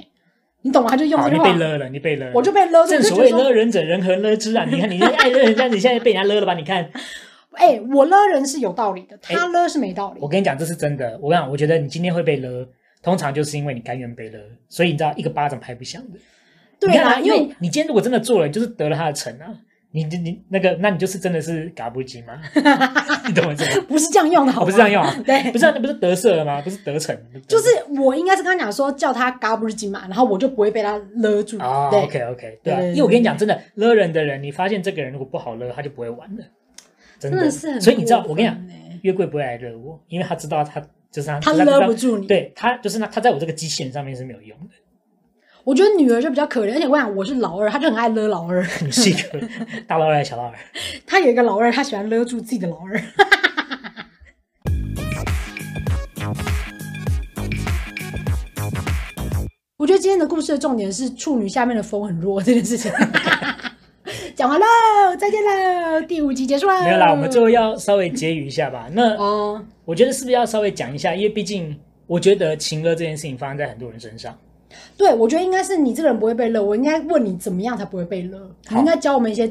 S1: 你懂吗？他就用
S2: 好，
S1: 这句
S2: 啊你
S1: 话
S2: 被，勒了，你被勒了，
S1: 我就被勒住，
S2: 正
S1: 我就
S2: 所
S1: 觉得说
S2: 谓勒人者人何勒之啊！ 你看，你爱勒人家，你现在被人家勒了吧？你看，
S1: 哎、我勒人是有道理的，
S2: 哎
S1: 他勒是没道理的
S2: 我跟你讲，这是真的。我跟你讲，我觉得你今天会被勒，通常就是因为你甘愿被勒，所以你知道一个巴掌拍不响的。
S1: 对
S2: 你看
S1: 啦，
S2: 啊，
S1: 因
S2: 因
S1: 为
S2: 为你今天如果真的做了，你就是得了他的逞啊。你你你那个，那你就是真的是嘎不吉嘛， 你懂我意思吗？
S1: 不是这样用的，好吗，
S2: 我不是这样用啊，
S1: 对
S2: 不是、啊、那不是得瑟了吗？不是得逞，
S1: 就是我应该是跟他讲说叫他嘎不是金嘛，然后我就不会被他勒住。嗯
S2: 啊、
S1: 对
S2: o k OK，对啊，
S1: 对对
S2: 因为我跟你讲，真的勒人的人，你发现这个人如果不好勒，他就不会玩了，真
S1: 真的是很，欸
S2: 所以你知道，我跟你讲，，月桂不会来勒我，因为他知道他就是他，
S1: 他
S2: 知道
S1: 勒不住你。，
S2: 对他就是那他在我这个基线上面是没有用的。
S1: 我觉得女儿就比较可怜，而且我想我是老二，她就很爱勒老二。
S2: 你是一个大老二还是小老二？
S1: 她有一个老二，她喜欢勒住自己的老二。 我觉得今天的故事的重点是处女下面的风很弱这件事情。 讲完喽，再见喽，第五集结束啦。
S2: 没有啦，我们最后要稍微结语一下吧。那
S1: 哦，
S2: 我觉得是不是要稍微讲一下？因为毕竟我觉得情歌这件事情发生在很多人身上。
S1: 对，我觉得应该是你这个人不会被勒，我应该问你怎么样才不会被勒。你
S2: 好
S1: 应该教我们一些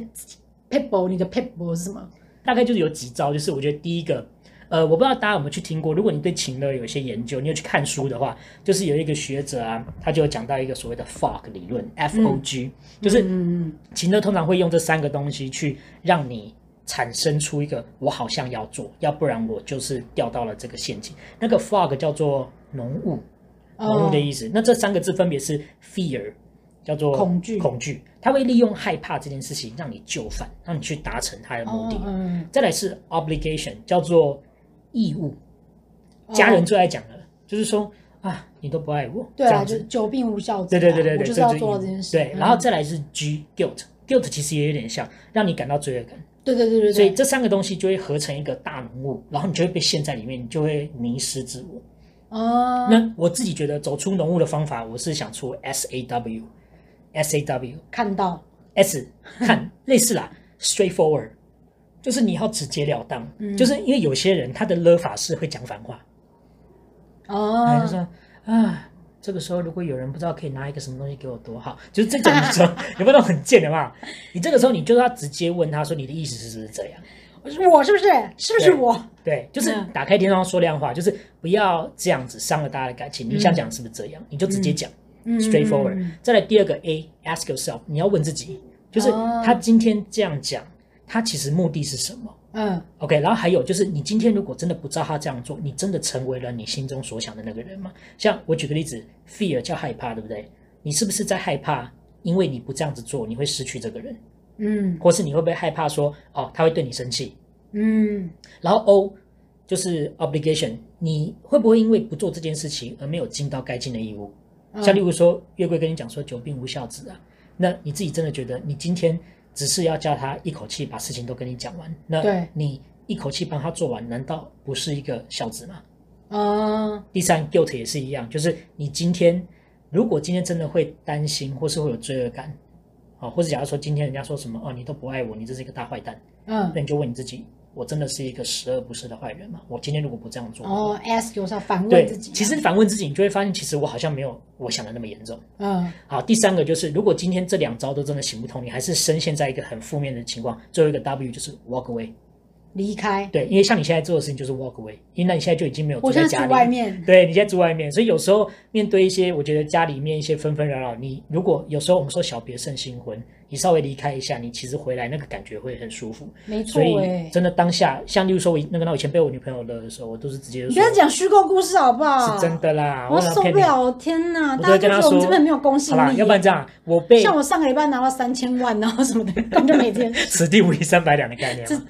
S1: people，你的 people 是什么？
S2: 大概就是有几招，就是我觉得第一个，呃，我不知道大家有没有去听过，如果你对情乐有一些研究，你有去看书的话，就是有一个学者啊，他就有讲到一个所谓的 FOG 理论，F O G，、就是
S1: 嗯，
S2: 情乐通常会用这三个东西去让你。产生出一个我好像要做，要不然我就是掉到了这个陷阱。那个 fog 叫做浓雾，
S1: 哦
S2: 浓雾的意思。那这三个字分别是 fear，叫做
S1: 恐惧
S2: 恐惧，它会利用害怕这件事情让你就范，让你去达成它的目的。
S1: 哦嗯，
S2: 再来是 obligation，叫做义务。
S1: 哦
S2: 家人最爱讲的，就是说啊，你都不爱我，
S1: 对
S2: 这
S1: 啊，
S2: 样
S1: 就
S2: 子。
S1: 久病无孝子
S2: 对
S1: 啊，
S2: 对对
S1: 我
S2: 对对，
S1: 就是
S2: 这
S1: 要
S2: 义
S1: 做到
S2: 务
S1: 这件事。
S2: 对，
S1: 嗯
S2: 然后再来是 G guilt，guilt 其实也有点像，让你感到罪恶感。
S1: 对对对对
S2: 所以
S1: 对，
S2: 这三个东西就会合成一个大浓雾，然后你就会被陷在里面，你就会迷失自我。
S1: 啊，
S2: 那我自己觉得走出浓雾的方法，我是想出 S A W S A W
S1: 看到，
S2: S 看类似啦，straightforward，就是你要直截了当，
S1: 嗯
S2: 就是因为有些人他的勒法是会讲反话，他
S1: 哦
S2: 哎就，说啊，这个时候如果有人不知道可以拿一个什么东西给我多好，就是这种的 时候，有没有那种很贱的嘛？你这个时候你就要直接问他说你的意思是不是这样？
S1: 我是不是？是不是
S2: 对
S1: 我？
S2: 对，就是
S1: 嗯
S2: 打开天窗说亮话，就是不要这样子伤了大家的感情。你想讲是不是这样，你就直接讲。
S1: 嗯
S2: straightforward、
S1: 嗯嗯
S2: 再来第二个 A ask yourself，你要问自己，就是
S1: 哦
S2: 他今天这样讲，他其实目的是什么？
S1: 嗯
S2: OK，然后还有就是，你今天如果真的不照他这样做，你真的成为了你心中所想的那个人吗？像我举个例子，fear 叫害怕，对不对？你是不是在害怕，因为你不这样子做，你会失去这个人，
S1: 嗯
S2: 或是你会不会害怕说，哦，他会对你生气？
S1: 嗯
S2: 然后 O 就是 obligation，你会不会因为不做这件事情而没有尽到该尽的义务？
S1: 嗯，
S2: 像例如说，月桂跟你讲说久病无孝子啊，那你自己真的觉得你今天只是要叫他一口气把事情都跟你讲完，那
S1: 对
S2: 你一口气帮他做完，难道不是一个孝子吗？
S1: 嗯
S2: 第三，guilt 也是一样，就是你今天如果今天真的会担心，或是会有罪恶感，哦，或者假如说今天人家说什么哦，你都不爱我，你这是一个大坏蛋，
S1: 嗯
S2: 那你就问你自己，我真的是一个十恶不赦的坏人吗？我今天如果不这样做的话，
S1: 哦，ask yourself 反
S2: 对，
S1: 问自己啊，
S2: 其实反问自己，你就会发现，其实我好像没有我想的那么严重。
S1: 嗯
S2: 好，第三个就是，如果今天这两招都真的行不通，你还是深陷在一个很负面的情况。最后一个 W 就是 walk away，
S1: 离开，
S2: 对，因为像你现在做的事情就是 walk away，因为那你现在就已经没有住
S1: 我现
S2: 在
S1: 在
S2: 家
S1: 住外
S2: 里。
S1: 面，
S2: 对，你现在住外面，所以有时候面对一些我觉得家里面一些纷纷扰扰，你如果有时候我们说小别胜新婚，你稍微离开一下，你其实回来那个感觉会很舒服。
S1: 没错
S2: 所以
S1: 哎，
S2: 真的当下，像例如说我那个那我以前被我女朋友勒的时候，我都是直接就
S1: 你
S2: 说
S1: 不要讲虚构故事好不好？
S2: 是真的啦，
S1: 我
S2: 哪有
S1: 受
S2: 骗
S1: 不
S2: 你
S1: 了，天哪！
S2: 我
S1: 大
S2: 都会
S1: 家就
S2: 跟他
S1: 觉得我
S2: 说
S1: 们这边没有公信
S2: 好啦，
S1: 力，
S2: 要不然这样，我被
S1: 像我上个礼拜拿到三千万，然后什么的，根本就每 天。
S2: 此地无银三百两的概念
S1: 这
S2: 嘛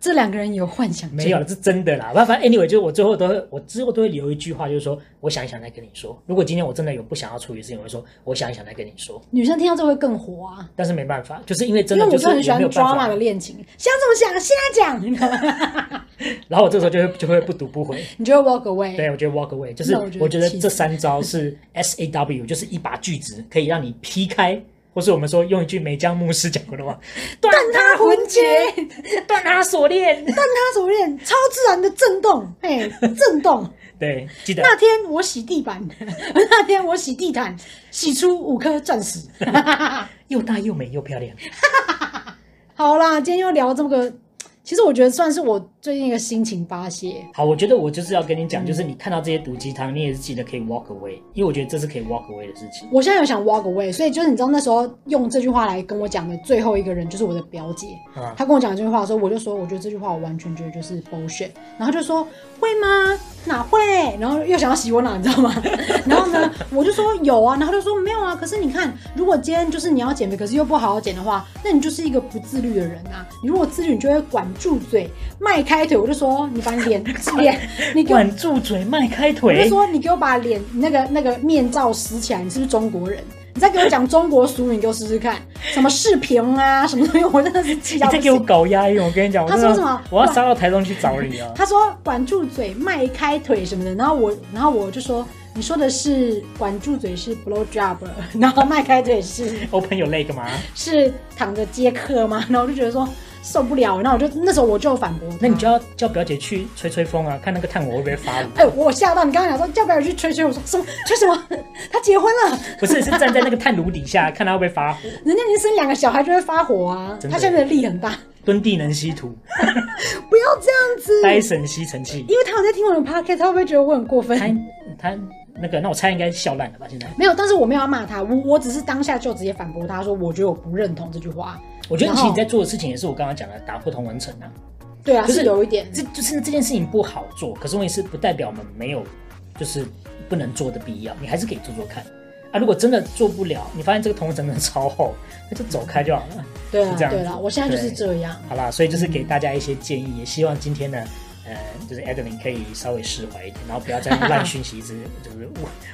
S1: 这两个人有幻想症
S2: 没有，了，是真的啦。那反正 anyway，就是我最后都会，我之后都会留一句话，就是说我想一想再跟你说。如果今天我真的有不想要处理的事情，我会说我想一想再跟你说。
S1: 女生听到这会更火啊，
S2: 但是没办法，就是因为真
S1: 因为
S2: 的
S1: 我
S2: 就
S1: 就是很喜
S2: 我
S1: 欢
S2: 没有办
S1: drama
S2: 法
S1: 的。恋情，想怎么想现在讲，你知道 吗？
S2: 然后我这时候就会就会不 读不回。
S1: 你就会 walk away。
S2: 对，我觉得 walk away 就是
S1: 那我觉得
S2: 我觉得
S1: 气死
S2: 这三招是 S A W，就是一把锯子，可以让你劈开，或是我们说用一句梅江牧师讲过的话，断他
S1: 魂
S2: 魂
S1: 结
S2: 结，断他锁链。
S1: 但他手链超自然的震动，哎，震动。
S2: 对，记得
S1: 那天我洗地板， 那天我洗地毯，洗出五颗钻石。
S2: 又大又美又漂亮。
S1: 好啦，今天又聊这么个，其实我觉得算是我最近一个心情发泄。
S2: 好，我觉得我就是要跟你讲，就是你看到这些毒鸡汤，你也是记得可以 walk away，因为我觉得这是可以 walk away 的事情。
S1: 我现在有想 walk away，所以就是你知道那时候用这句话来跟我讲的最后一个人就是我的表姐，
S2: 啊，
S1: 她跟我讲这句话的时候，我就说我觉得这句话我完全觉得就是 bullshit，然后她就说会吗？哪会？然后又想要洗我脑，你知道吗？然后呢，我就说有啊，然后她就说没有啊。可是你看，如果今天就是你要减肥，可是又不好好减的话，那你就是一个不自律的人啊。你如果自律，你就会管住嘴，迈开腿。我就说你把你脸 脸，你给我
S2: 管住嘴，迈开
S1: 我就
S2: 腿。
S1: 说你给我把脸那个那个面罩撕起来，你是不是中国人？你再给我讲中国俗语，你给我试试看，什么视频啊，什么东西，我真的是气
S2: 你
S1: 到不
S2: 再给我
S1: 行。
S2: 搞押韵，我跟你讲，我
S1: 他
S2: 真
S1: 说
S2: 的
S1: 什么
S2: 我要杀到台中去找你 啊！
S1: 他说管住嘴，迈开腿什么的，然后我，然后我就说你说的是管住嘴是 blow job，然后迈开腿是
S2: Open your leg 吗？
S1: 是躺着接客吗？然后我就觉得说受不了，然后我就那时候我就反驳他，
S2: 那你就要叫表姐去吹吹风啊，看那个炭火会不会发
S1: 哎、
S2: 舞。
S1: 我吓到你刚刚讲说叫不要去吹吹，我说什么吹什么？ 他结婚了。
S2: 不是，是站在那个炭炉底下，看它会不会发火。
S1: 人家已经生两个小孩就会发火啊，
S2: 真的
S1: 他下面的力很大，
S2: 蹲地能吸土，
S1: 不要这样子。
S2: 呆神吸尘器。
S1: 因为他有在听我的 podcast，他会不会觉得我很过分？
S2: 他他那个，那我猜应该笑烂了吧？现在
S1: 没有，但是我没有要骂他，我我只是当下就直接反驳他说，我觉得我不认同这句话。
S2: 我觉得
S1: 然
S2: 其
S1: 后
S2: 实你在做的事情也是我刚刚讲的打破同文层啊。
S1: 对啊，
S2: 就是
S1: 是有一点，
S2: 这就是这件事情不好做，可是问题是不代表我们没有就是不能做的必要，你还是可以做做看啊。如果真的做不了，你发现这个同层真的超厚，那就走开就好了。
S1: 对
S2: 是
S1: 啊
S2: 这，样子
S1: 对啦，我现在就是这样。
S2: 好啦，所以就是给大家一些建议，也希望今天呢。呃，就是 Adeline 可以稍微释怀一点，然后不要再用烂讯息 一直就是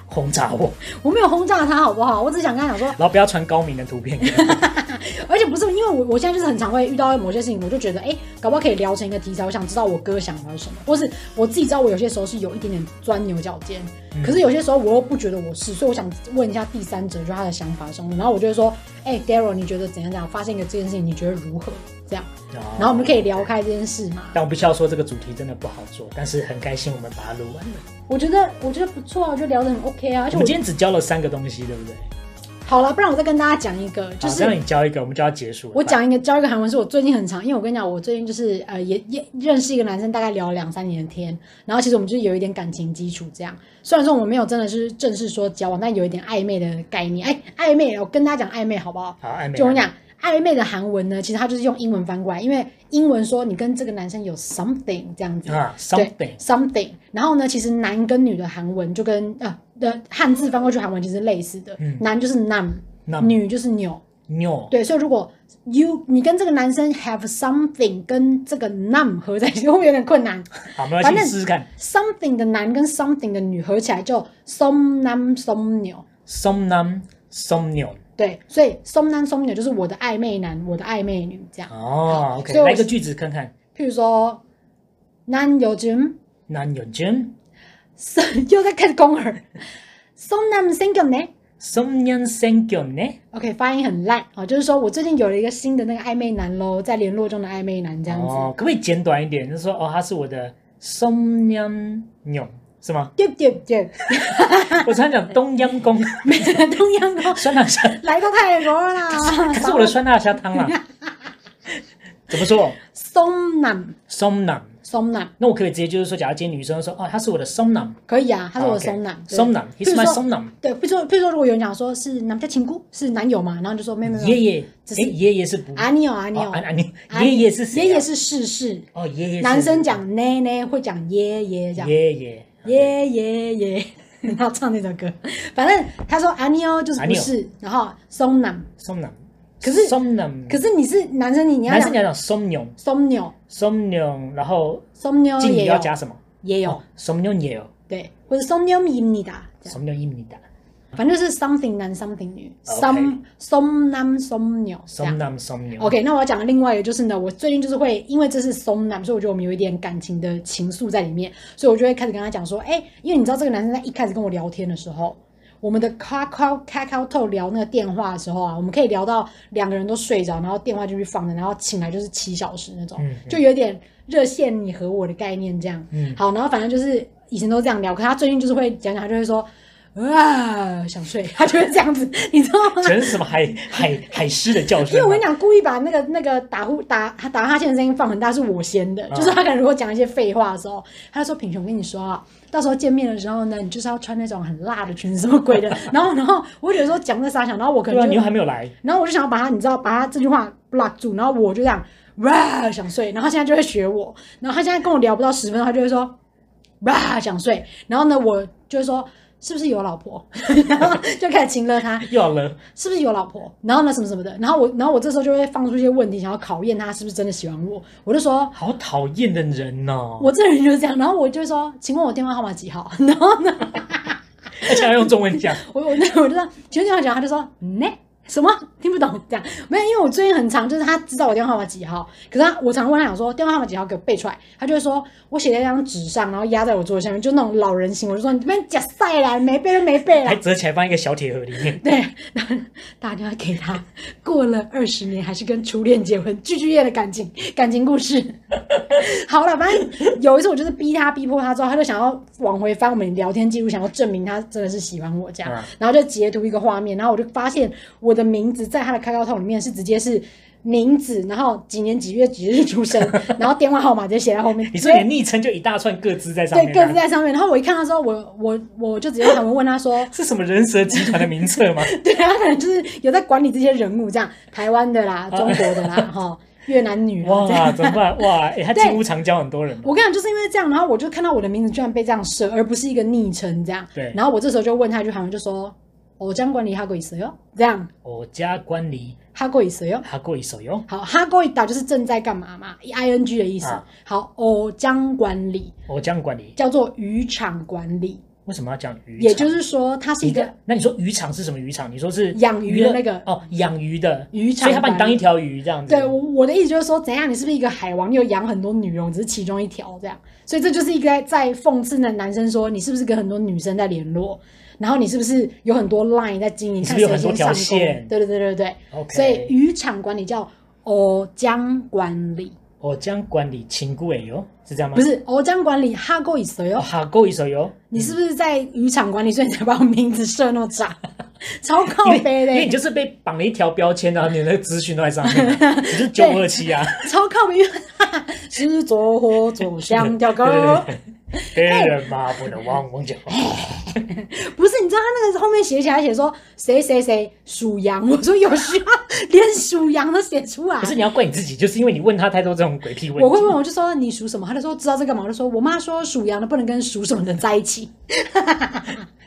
S2: 轰炸我，
S1: 我没有轰炸他，好不好？我只是想跟他讲说，
S2: 然后不要传高明的图片给 我。
S1: 而且不是因为我我现在就是很常会遇到某些事情，我就觉得哎、搞不好可以聊成一个题材，我想知道我哥想聊什么，或是我自己知道我有些时候是有一点点钻牛角尖，
S2: 嗯
S1: 可是有些时候我又不觉得我是，所以我想问一下第三者，就他的想法什么，然后我就会说，哎、d a r y l 你觉得怎样怎样？发现一个这件事情，你觉得如何？这样，然后我们可以聊开这件事嘛？
S2: 哦但我必须要说这个主题真的不好做，但是很开心我们把它录完了。
S1: 我觉得我觉得不错啊，我觉得聊得很 OK 啊，而
S2: 我
S1: 且
S2: 们
S1: 我
S2: 今天只教了三个东西，对不对？
S1: 好了，不然我再跟大家讲一个，就
S2: 好，这样
S1: 是。
S2: 你教一个，我们就要结束了。
S1: 我讲一个教一个韩文是我最近很长，因为我跟你讲，我最近就是呃也也认识一个男生，大概聊了两三年的天，然后其实我们就是有一点感情基础这样。虽然说我们没有真的是正式说交往，但有一点暧昧的概念。哎，暧昧，我跟大家讲暧昧好不好？
S2: 好，暧昧。啊
S1: 就我跟你讲，暧昧的韩文呢，其实他就是用英文翻过来，因为英文说你跟这个男生有 something 这样子
S2: 啊
S1: 对
S2: ，something
S1: something。然后呢，其实男跟女的韩文就跟呃的汉字翻过去韩文其实是类似的，
S2: 嗯
S1: 男就是 nam，
S2: 那
S1: 女就是扭。
S2: 妞
S1: 对，所以如果 you 你跟这个男生 have something 跟这个 nam 合在一起，会不 会有点困难。
S2: 好，没关
S1: 反
S2: 系，
S1: 正
S2: 试试看
S1: something 的男跟 something 的女合起来就 som nam som 扭。
S2: ，som nam som 妞
S1: 对，所以 som nam som 扭就是我的暧昧男，我的暧昧女这样。
S2: 哦
S1: 好
S2: ，OK，
S1: 所以我
S2: 来个句子看看，
S1: 譬如说，난요즘
S2: 男友즘
S1: 又在开始攻耳，som남 생겼네。
S2: som년 생겼네，
S1: OK，发音很烂哦，就是说我最近有了一个新的那个暧昧男喽，在联络中的暧昧男这样子。
S2: 哦，可不可以简短一点？就是说，哦，他是我的 som년 뇽，是吗？
S1: 对对 对，啊
S2: 我常讲东阳 公
S1: 东阳哥
S2: 酸辣虾，
S1: 来到泰国啦。
S2: 可是我的酸辣虾汤 啊，怎么说
S1: som남
S2: somnan？
S1: som남
S2: 那我可以直接就是说，假如今天女生说，哦，他是我的 somnan，
S1: 可以啊，他是我的
S2: OK
S1: som남，对
S2: somnan，he's
S1: 譬如
S2: my
S1: 说
S2: somnan，
S1: 对，譬如说譬如说，如果有人讲说是男家亲姑是男友嘛，然后就说没有没有没有，
S2: 爷爷，
S1: 只
S2: 哎，
S1: 是
S2: 爷爷是不？
S1: 啊你有啊你有
S2: 哦，啊，你
S1: 啊
S2: 爷
S1: 你
S2: 爷是谁啊？
S1: 爷爷是世事，
S2: 哦，爷爷是
S1: 男生讲奶奶会讲爷爷这样。
S2: 爷爷，
S1: 耶耶耶， 他唱那首歌，反正他说阿妞就是不
S2: 啊哦
S1: 是，然后松南，
S2: somnan，
S1: 可是
S2: somnan，
S1: 可是你是男生你，你要
S2: 男生你
S1: 讲
S2: 要讲 somnon。
S1: 松妞，
S2: somnium，然后
S1: 松妞
S2: 敬语
S1: 也
S2: 要
S1: 有
S2: 加什么？
S1: 也有
S2: 哦，，somnium 也有
S1: 对，或者松妞米米达，这样
S2: ，somnium 一米的
S1: 反正就是 something 男 something 女
S2: OK
S1: ，some some 男 some 妞这样。
S2: ，somnium somnium。
S1: OK，那我要讲的另外一个就是呢，我最近就是会因为这是松男，所以我觉得我们有一点感情的情愫在里面，所以我就会开始跟他讲说，哎、因为你知道这个男生在一开始跟我聊天的时候，我们的 Kakao
S2: 嗯
S1: Kakao Talk 聊那个电话的时候啊，我们可以聊到两个人都睡着，然后电话就去放着，然后醒来就是七小时那种，
S2: 嗯嗯
S1: 就有点热线你和我的概念这样。
S2: 嗯
S1: 好，然后反正就是以前都这样聊，可他最近就是会讲讲，他就会说。啊，想睡，他就会这样子，你知道吗？
S2: 全是什么 海海海狮的叫声啊？
S1: 因为我跟你讲，故意把那个那个打呼打打哈欠的声音放很大是我先的，
S2: 嗯
S1: 就是他可能如果讲一些废话的时候，他就说品雄跟你说啊，到时候见面的时候呢，你就是要穿那种很辣的裙子，什么鬼的。 然后然后我就觉得说讲在傻想，然后我可
S2: 对啊，
S1: 能
S2: 你
S1: 就
S2: 又，还没有来，
S1: 然后我就想要把他，你知道把他这句话 block 住，然后我就这样哇想睡，然后他现在就会学我，然后他现在跟我聊不到十分钟，他就会说哇想睡，然后呢我就会说。是不是有老婆？ 然后就开始亲了他，
S2: 又要了，
S1: 是不是有老婆？然后呢，什么什么的。然后我，然后我这时候就会放出一些问题，想要考验他是不是真的喜欢我。我就说，
S2: 好讨厌的人哦！
S1: 我这人就是这样。然后我就说，请问我电话号码几号？ 然后呢，
S2: 而且要用中文 讲，
S1: 我我那我就说，请问电话讲，他就说，呢什么听不懂？这样没有，因为我最近很长，就是他知道我电话号码几号，可是他我常问他讲说电话号码几号给我背出来，他就会说我写在一张纸上，然后压在我桌子下面，就那种老人型。我就说你这边假赛啦，没背就没背啦
S2: 还。折起来放一个小铁盒里面。
S1: 对，然后打电话给他，过了二十年还是跟初恋结婚，巨巨烈的感情感情故事。 好了，反正有一次我就是逼他逼迫他之后，他就想要往回翻我们聊天记录，想要证明他真的是喜欢我这样，
S2: 嗯
S1: 然后就截图一个画面，然后我就发现我的名字在他的开高筒里面是直接是。名字，然后几年几月几日出生，然后电话号码就写在后面。
S2: 你
S1: 直
S2: 说
S1: 接
S2: 你的昵称就一大串各自在上
S1: 对
S2: 面，啊
S1: 各自在上面，然后我一看到之后，我我我就直接韩文问他说：“
S2: 是什么人蛇集团的名册吗？
S1: 对他可能就是有在管理这些人物，这样台湾的啦、中国的啦、 哈越南女啦这样。
S2: 哇，怎么 办？哇，哎，他
S1: 对
S2: 几乎常教很多人哦。
S1: 我跟你讲，就是因为这样，然后我就看到我的名字居然被这样设，而不是一个昵称这样。
S2: 对
S1: 然后我这时候就问他一句韩文，就说：“我将管理哈过一次哟。”这样
S2: 我家管理
S1: 哈过一次哟。
S2: 他过一手哟，
S1: 好，哈过一打就是正在干嘛嘛，i n g 的意思。
S2: 啊
S1: 好，我将管理
S2: 我这样管理，
S1: 叫做渔场管理，
S2: 为什么要讲渔场？
S1: 也就是说它是一
S2: 你
S1: 个
S2: 的那你说渔场是什么渔场？你说是
S1: 养鱼的那个
S2: 娱乐哦，养鱼的
S1: 渔场
S2: 所以他把你
S1: 管
S2: 当
S1: 理
S2: 一条鱼这样子。
S1: 对，我我的意思就是说，怎样？你是不是一个海王，又养很多女人，我只是其中一条这样？所以这就是一个在在讽刺那男生说，你是不是跟很多女生在联络？然后你是不是有很多 line 在经营？
S2: 你是
S1: 看
S2: 不是有
S1: 谁
S2: 很
S1: 先上
S2: 多条
S1: 钩？
S2: 线
S1: 对对对对对。
S2: OK
S1: 所以渔场管理叫哦江管理，
S2: 我将管理亲姑哎哟，是这样吗？
S1: 不，是哦江管理哈过一手哟
S2: 哦，。哈过一手哟。嗯
S1: 你是不是在渔场管理，所以你才把我名字设那么长， 超靠
S2: 因为
S1: 背
S2: 因为
S1: 嘞
S2: 你，就是被绑了一条标签啊，然后你的资讯都在上面啊， 你就是九二七啊，
S1: 超靠背，因为 是左火 左相钓钩。 哎
S2: 对对对，别人嘛不能忘我讲。
S1: 不是，你知道他那个后面写起来写说谁谁谁属羊， 我说有需要连属羊都写出来
S2: 可。是你要怪你自己，就是因为你问他太多这种鬼屁问题。
S1: 我会问，我就说你属什么，他就说知道这干嘛，我就说我妈说属羊的不能跟属什么的在一起。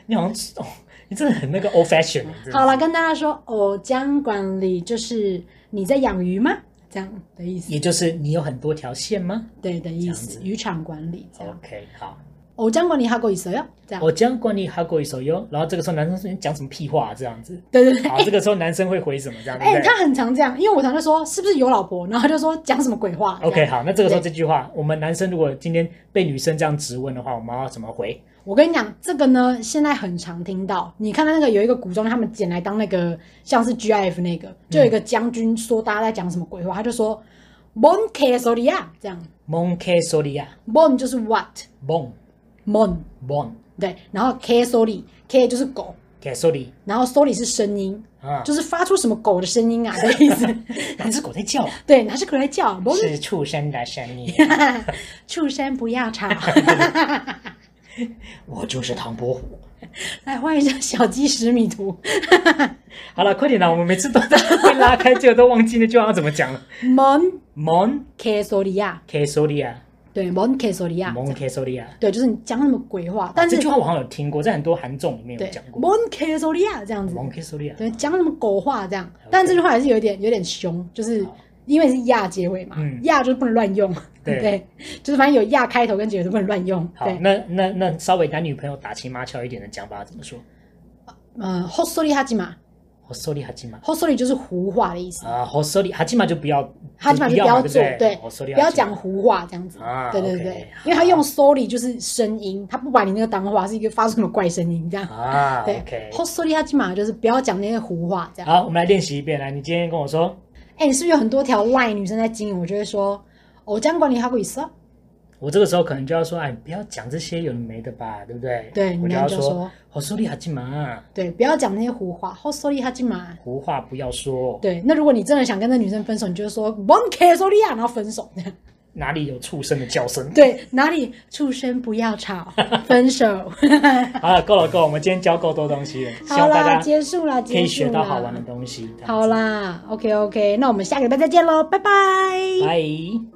S2: 你好像是哦，你真的很那个 old fashion。
S1: 嗯好，了，跟大家说，藕江管理就是你在养鱼吗？这样的意思，
S2: 也就是你有很多条线吗
S1: 对的意思
S2: 这样，子
S1: 渔场管理这样。
S2: ？OK，好。
S1: 藕江管理하고있어요？这啊样，
S2: 我将管理哈过一手哟，然后这个时候男生说你讲什么屁话、这样 子，
S1: 对对对。
S2: 好，这个时候男生会回什么这样？对
S1: 哎、
S2: 不对
S1: 他很常这样，因为我常常说是不是有老婆，然后他就说讲什么鬼话。这样
S2: OK，好，那这个时候
S1: 对
S2: 这句话，我们男生如果今天被女生这样质问的话，我们要怎么回？
S1: 我跟你讲，这个呢，现在很常听到。你看到那个有一个古装，他们捡来当那个像是 GIF 那个，就有一个
S2: 嗯
S1: 将军说大家在讲什么鬼话，他就说 “mon k s o r i a 这样
S2: 蒙 K 索利亚
S1: ，mon 就是 what，mon
S2: ，bon bon
S1: 对，然后 k s o r i k 就是狗，
S2: K 索利
S1: 然后 s o r i 是声音，
S2: 啊，
S1: 就是发出什么狗的声音啊的意思。
S2: 哪只狗在 叫啊？
S1: 对，拿着口来叫 mon，
S2: 是畜生的声音，
S1: 畜生不要吵。
S2: 我就是唐伯虎。
S1: 来换一下小鸡十米图
S2: 好了，快点啦，我们每次都在 被拉开，结果都忘记那句话要怎么讲了。
S1: ，mon
S2: Mon
S1: k s o r i a
S2: K 索利亚
S1: 对，mon k s o r i a
S2: ，Mon K 索利亚，
S1: 对，就是你讲什么鬼话，啊但是
S2: 啊这句话我好像有听过，在很多韩综里面有
S1: 对
S2: 讲过。
S1: ，mon k s o r i a 这样子，
S2: Mon K 索利亚，
S1: 对，讲什么狗话这样，但这句话还是有一点有点凶，就是
S2: 好
S1: 因为是亚结尾嘛
S2: 嗯，
S1: 亚就是不能乱用，
S2: 对
S1: 对，就是反正有亚开头跟结尾都不能乱用，
S2: 好，
S1: 对，
S2: 那那那稍微男女朋友打情骂俏一点的讲法怎么说？
S1: 嗯，hot s o r i h a j i m a
S2: 我索利哈基玛
S1: h o t s o r i 就是胡话的意思，
S2: 啊，我索利哈基玛就不要，
S1: 哈基玛就
S2: 不
S1: 不
S2: 要嘛
S1: 要
S2: 对
S1: 做，对
S2: 我索，利
S1: 不要讲胡话这样子
S2: 啊，
S1: 对对
S2: OK，
S1: 对，
S2: 好
S1: 因为他用 s o r i 就是声音，他不把你那个当话，是一个发出什么怪声音这样，
S2: 啊
S1: 对
S2: ，OK。
S1: ，hot s o r i h a j i m a 就是不要讲那些胡话这样。
S2: 好，我们来练习一遍。来，你今天跟我说，
S1: 哎、你是不是有很多条 line 女生在经营？我就会说，我这样管理好过意思啊。
S2: 我这个时候可能就要说，哎，不要讲这些有的没的吧，对不对？
S1: 对
S2: 我
S1: 你
S2: 要
S1: 就
S2: 说
S1: 说，
S2: 我索利哈基玛，
S1: 对，不要讲那些胡话。好 sorry 哈进嘛。
S2: 胡话不要说，
S1: 对，那如果你真的想跟那女生分手，你就说 one k sorry 啊，然后分手。
S2: 哪里有畜生的叫声？
S1: 对，哪里畜生不要吵，分手。
S2: 好了，够了，够了，我们今天教够多东西了，希
S1: 好
S2: 望
S1: 啦，
S2: 大家
S1: 结束啦，
S2: 可
S1: 结
S2: 以
S1: 束
S2: 学到好玩的
S1: 啦。
S2: 东西。这样
S1: 好
S2: 子，
S1: 啦，OK OK，那我们下个礼拜再见喽，拜拜。
S2: 拜。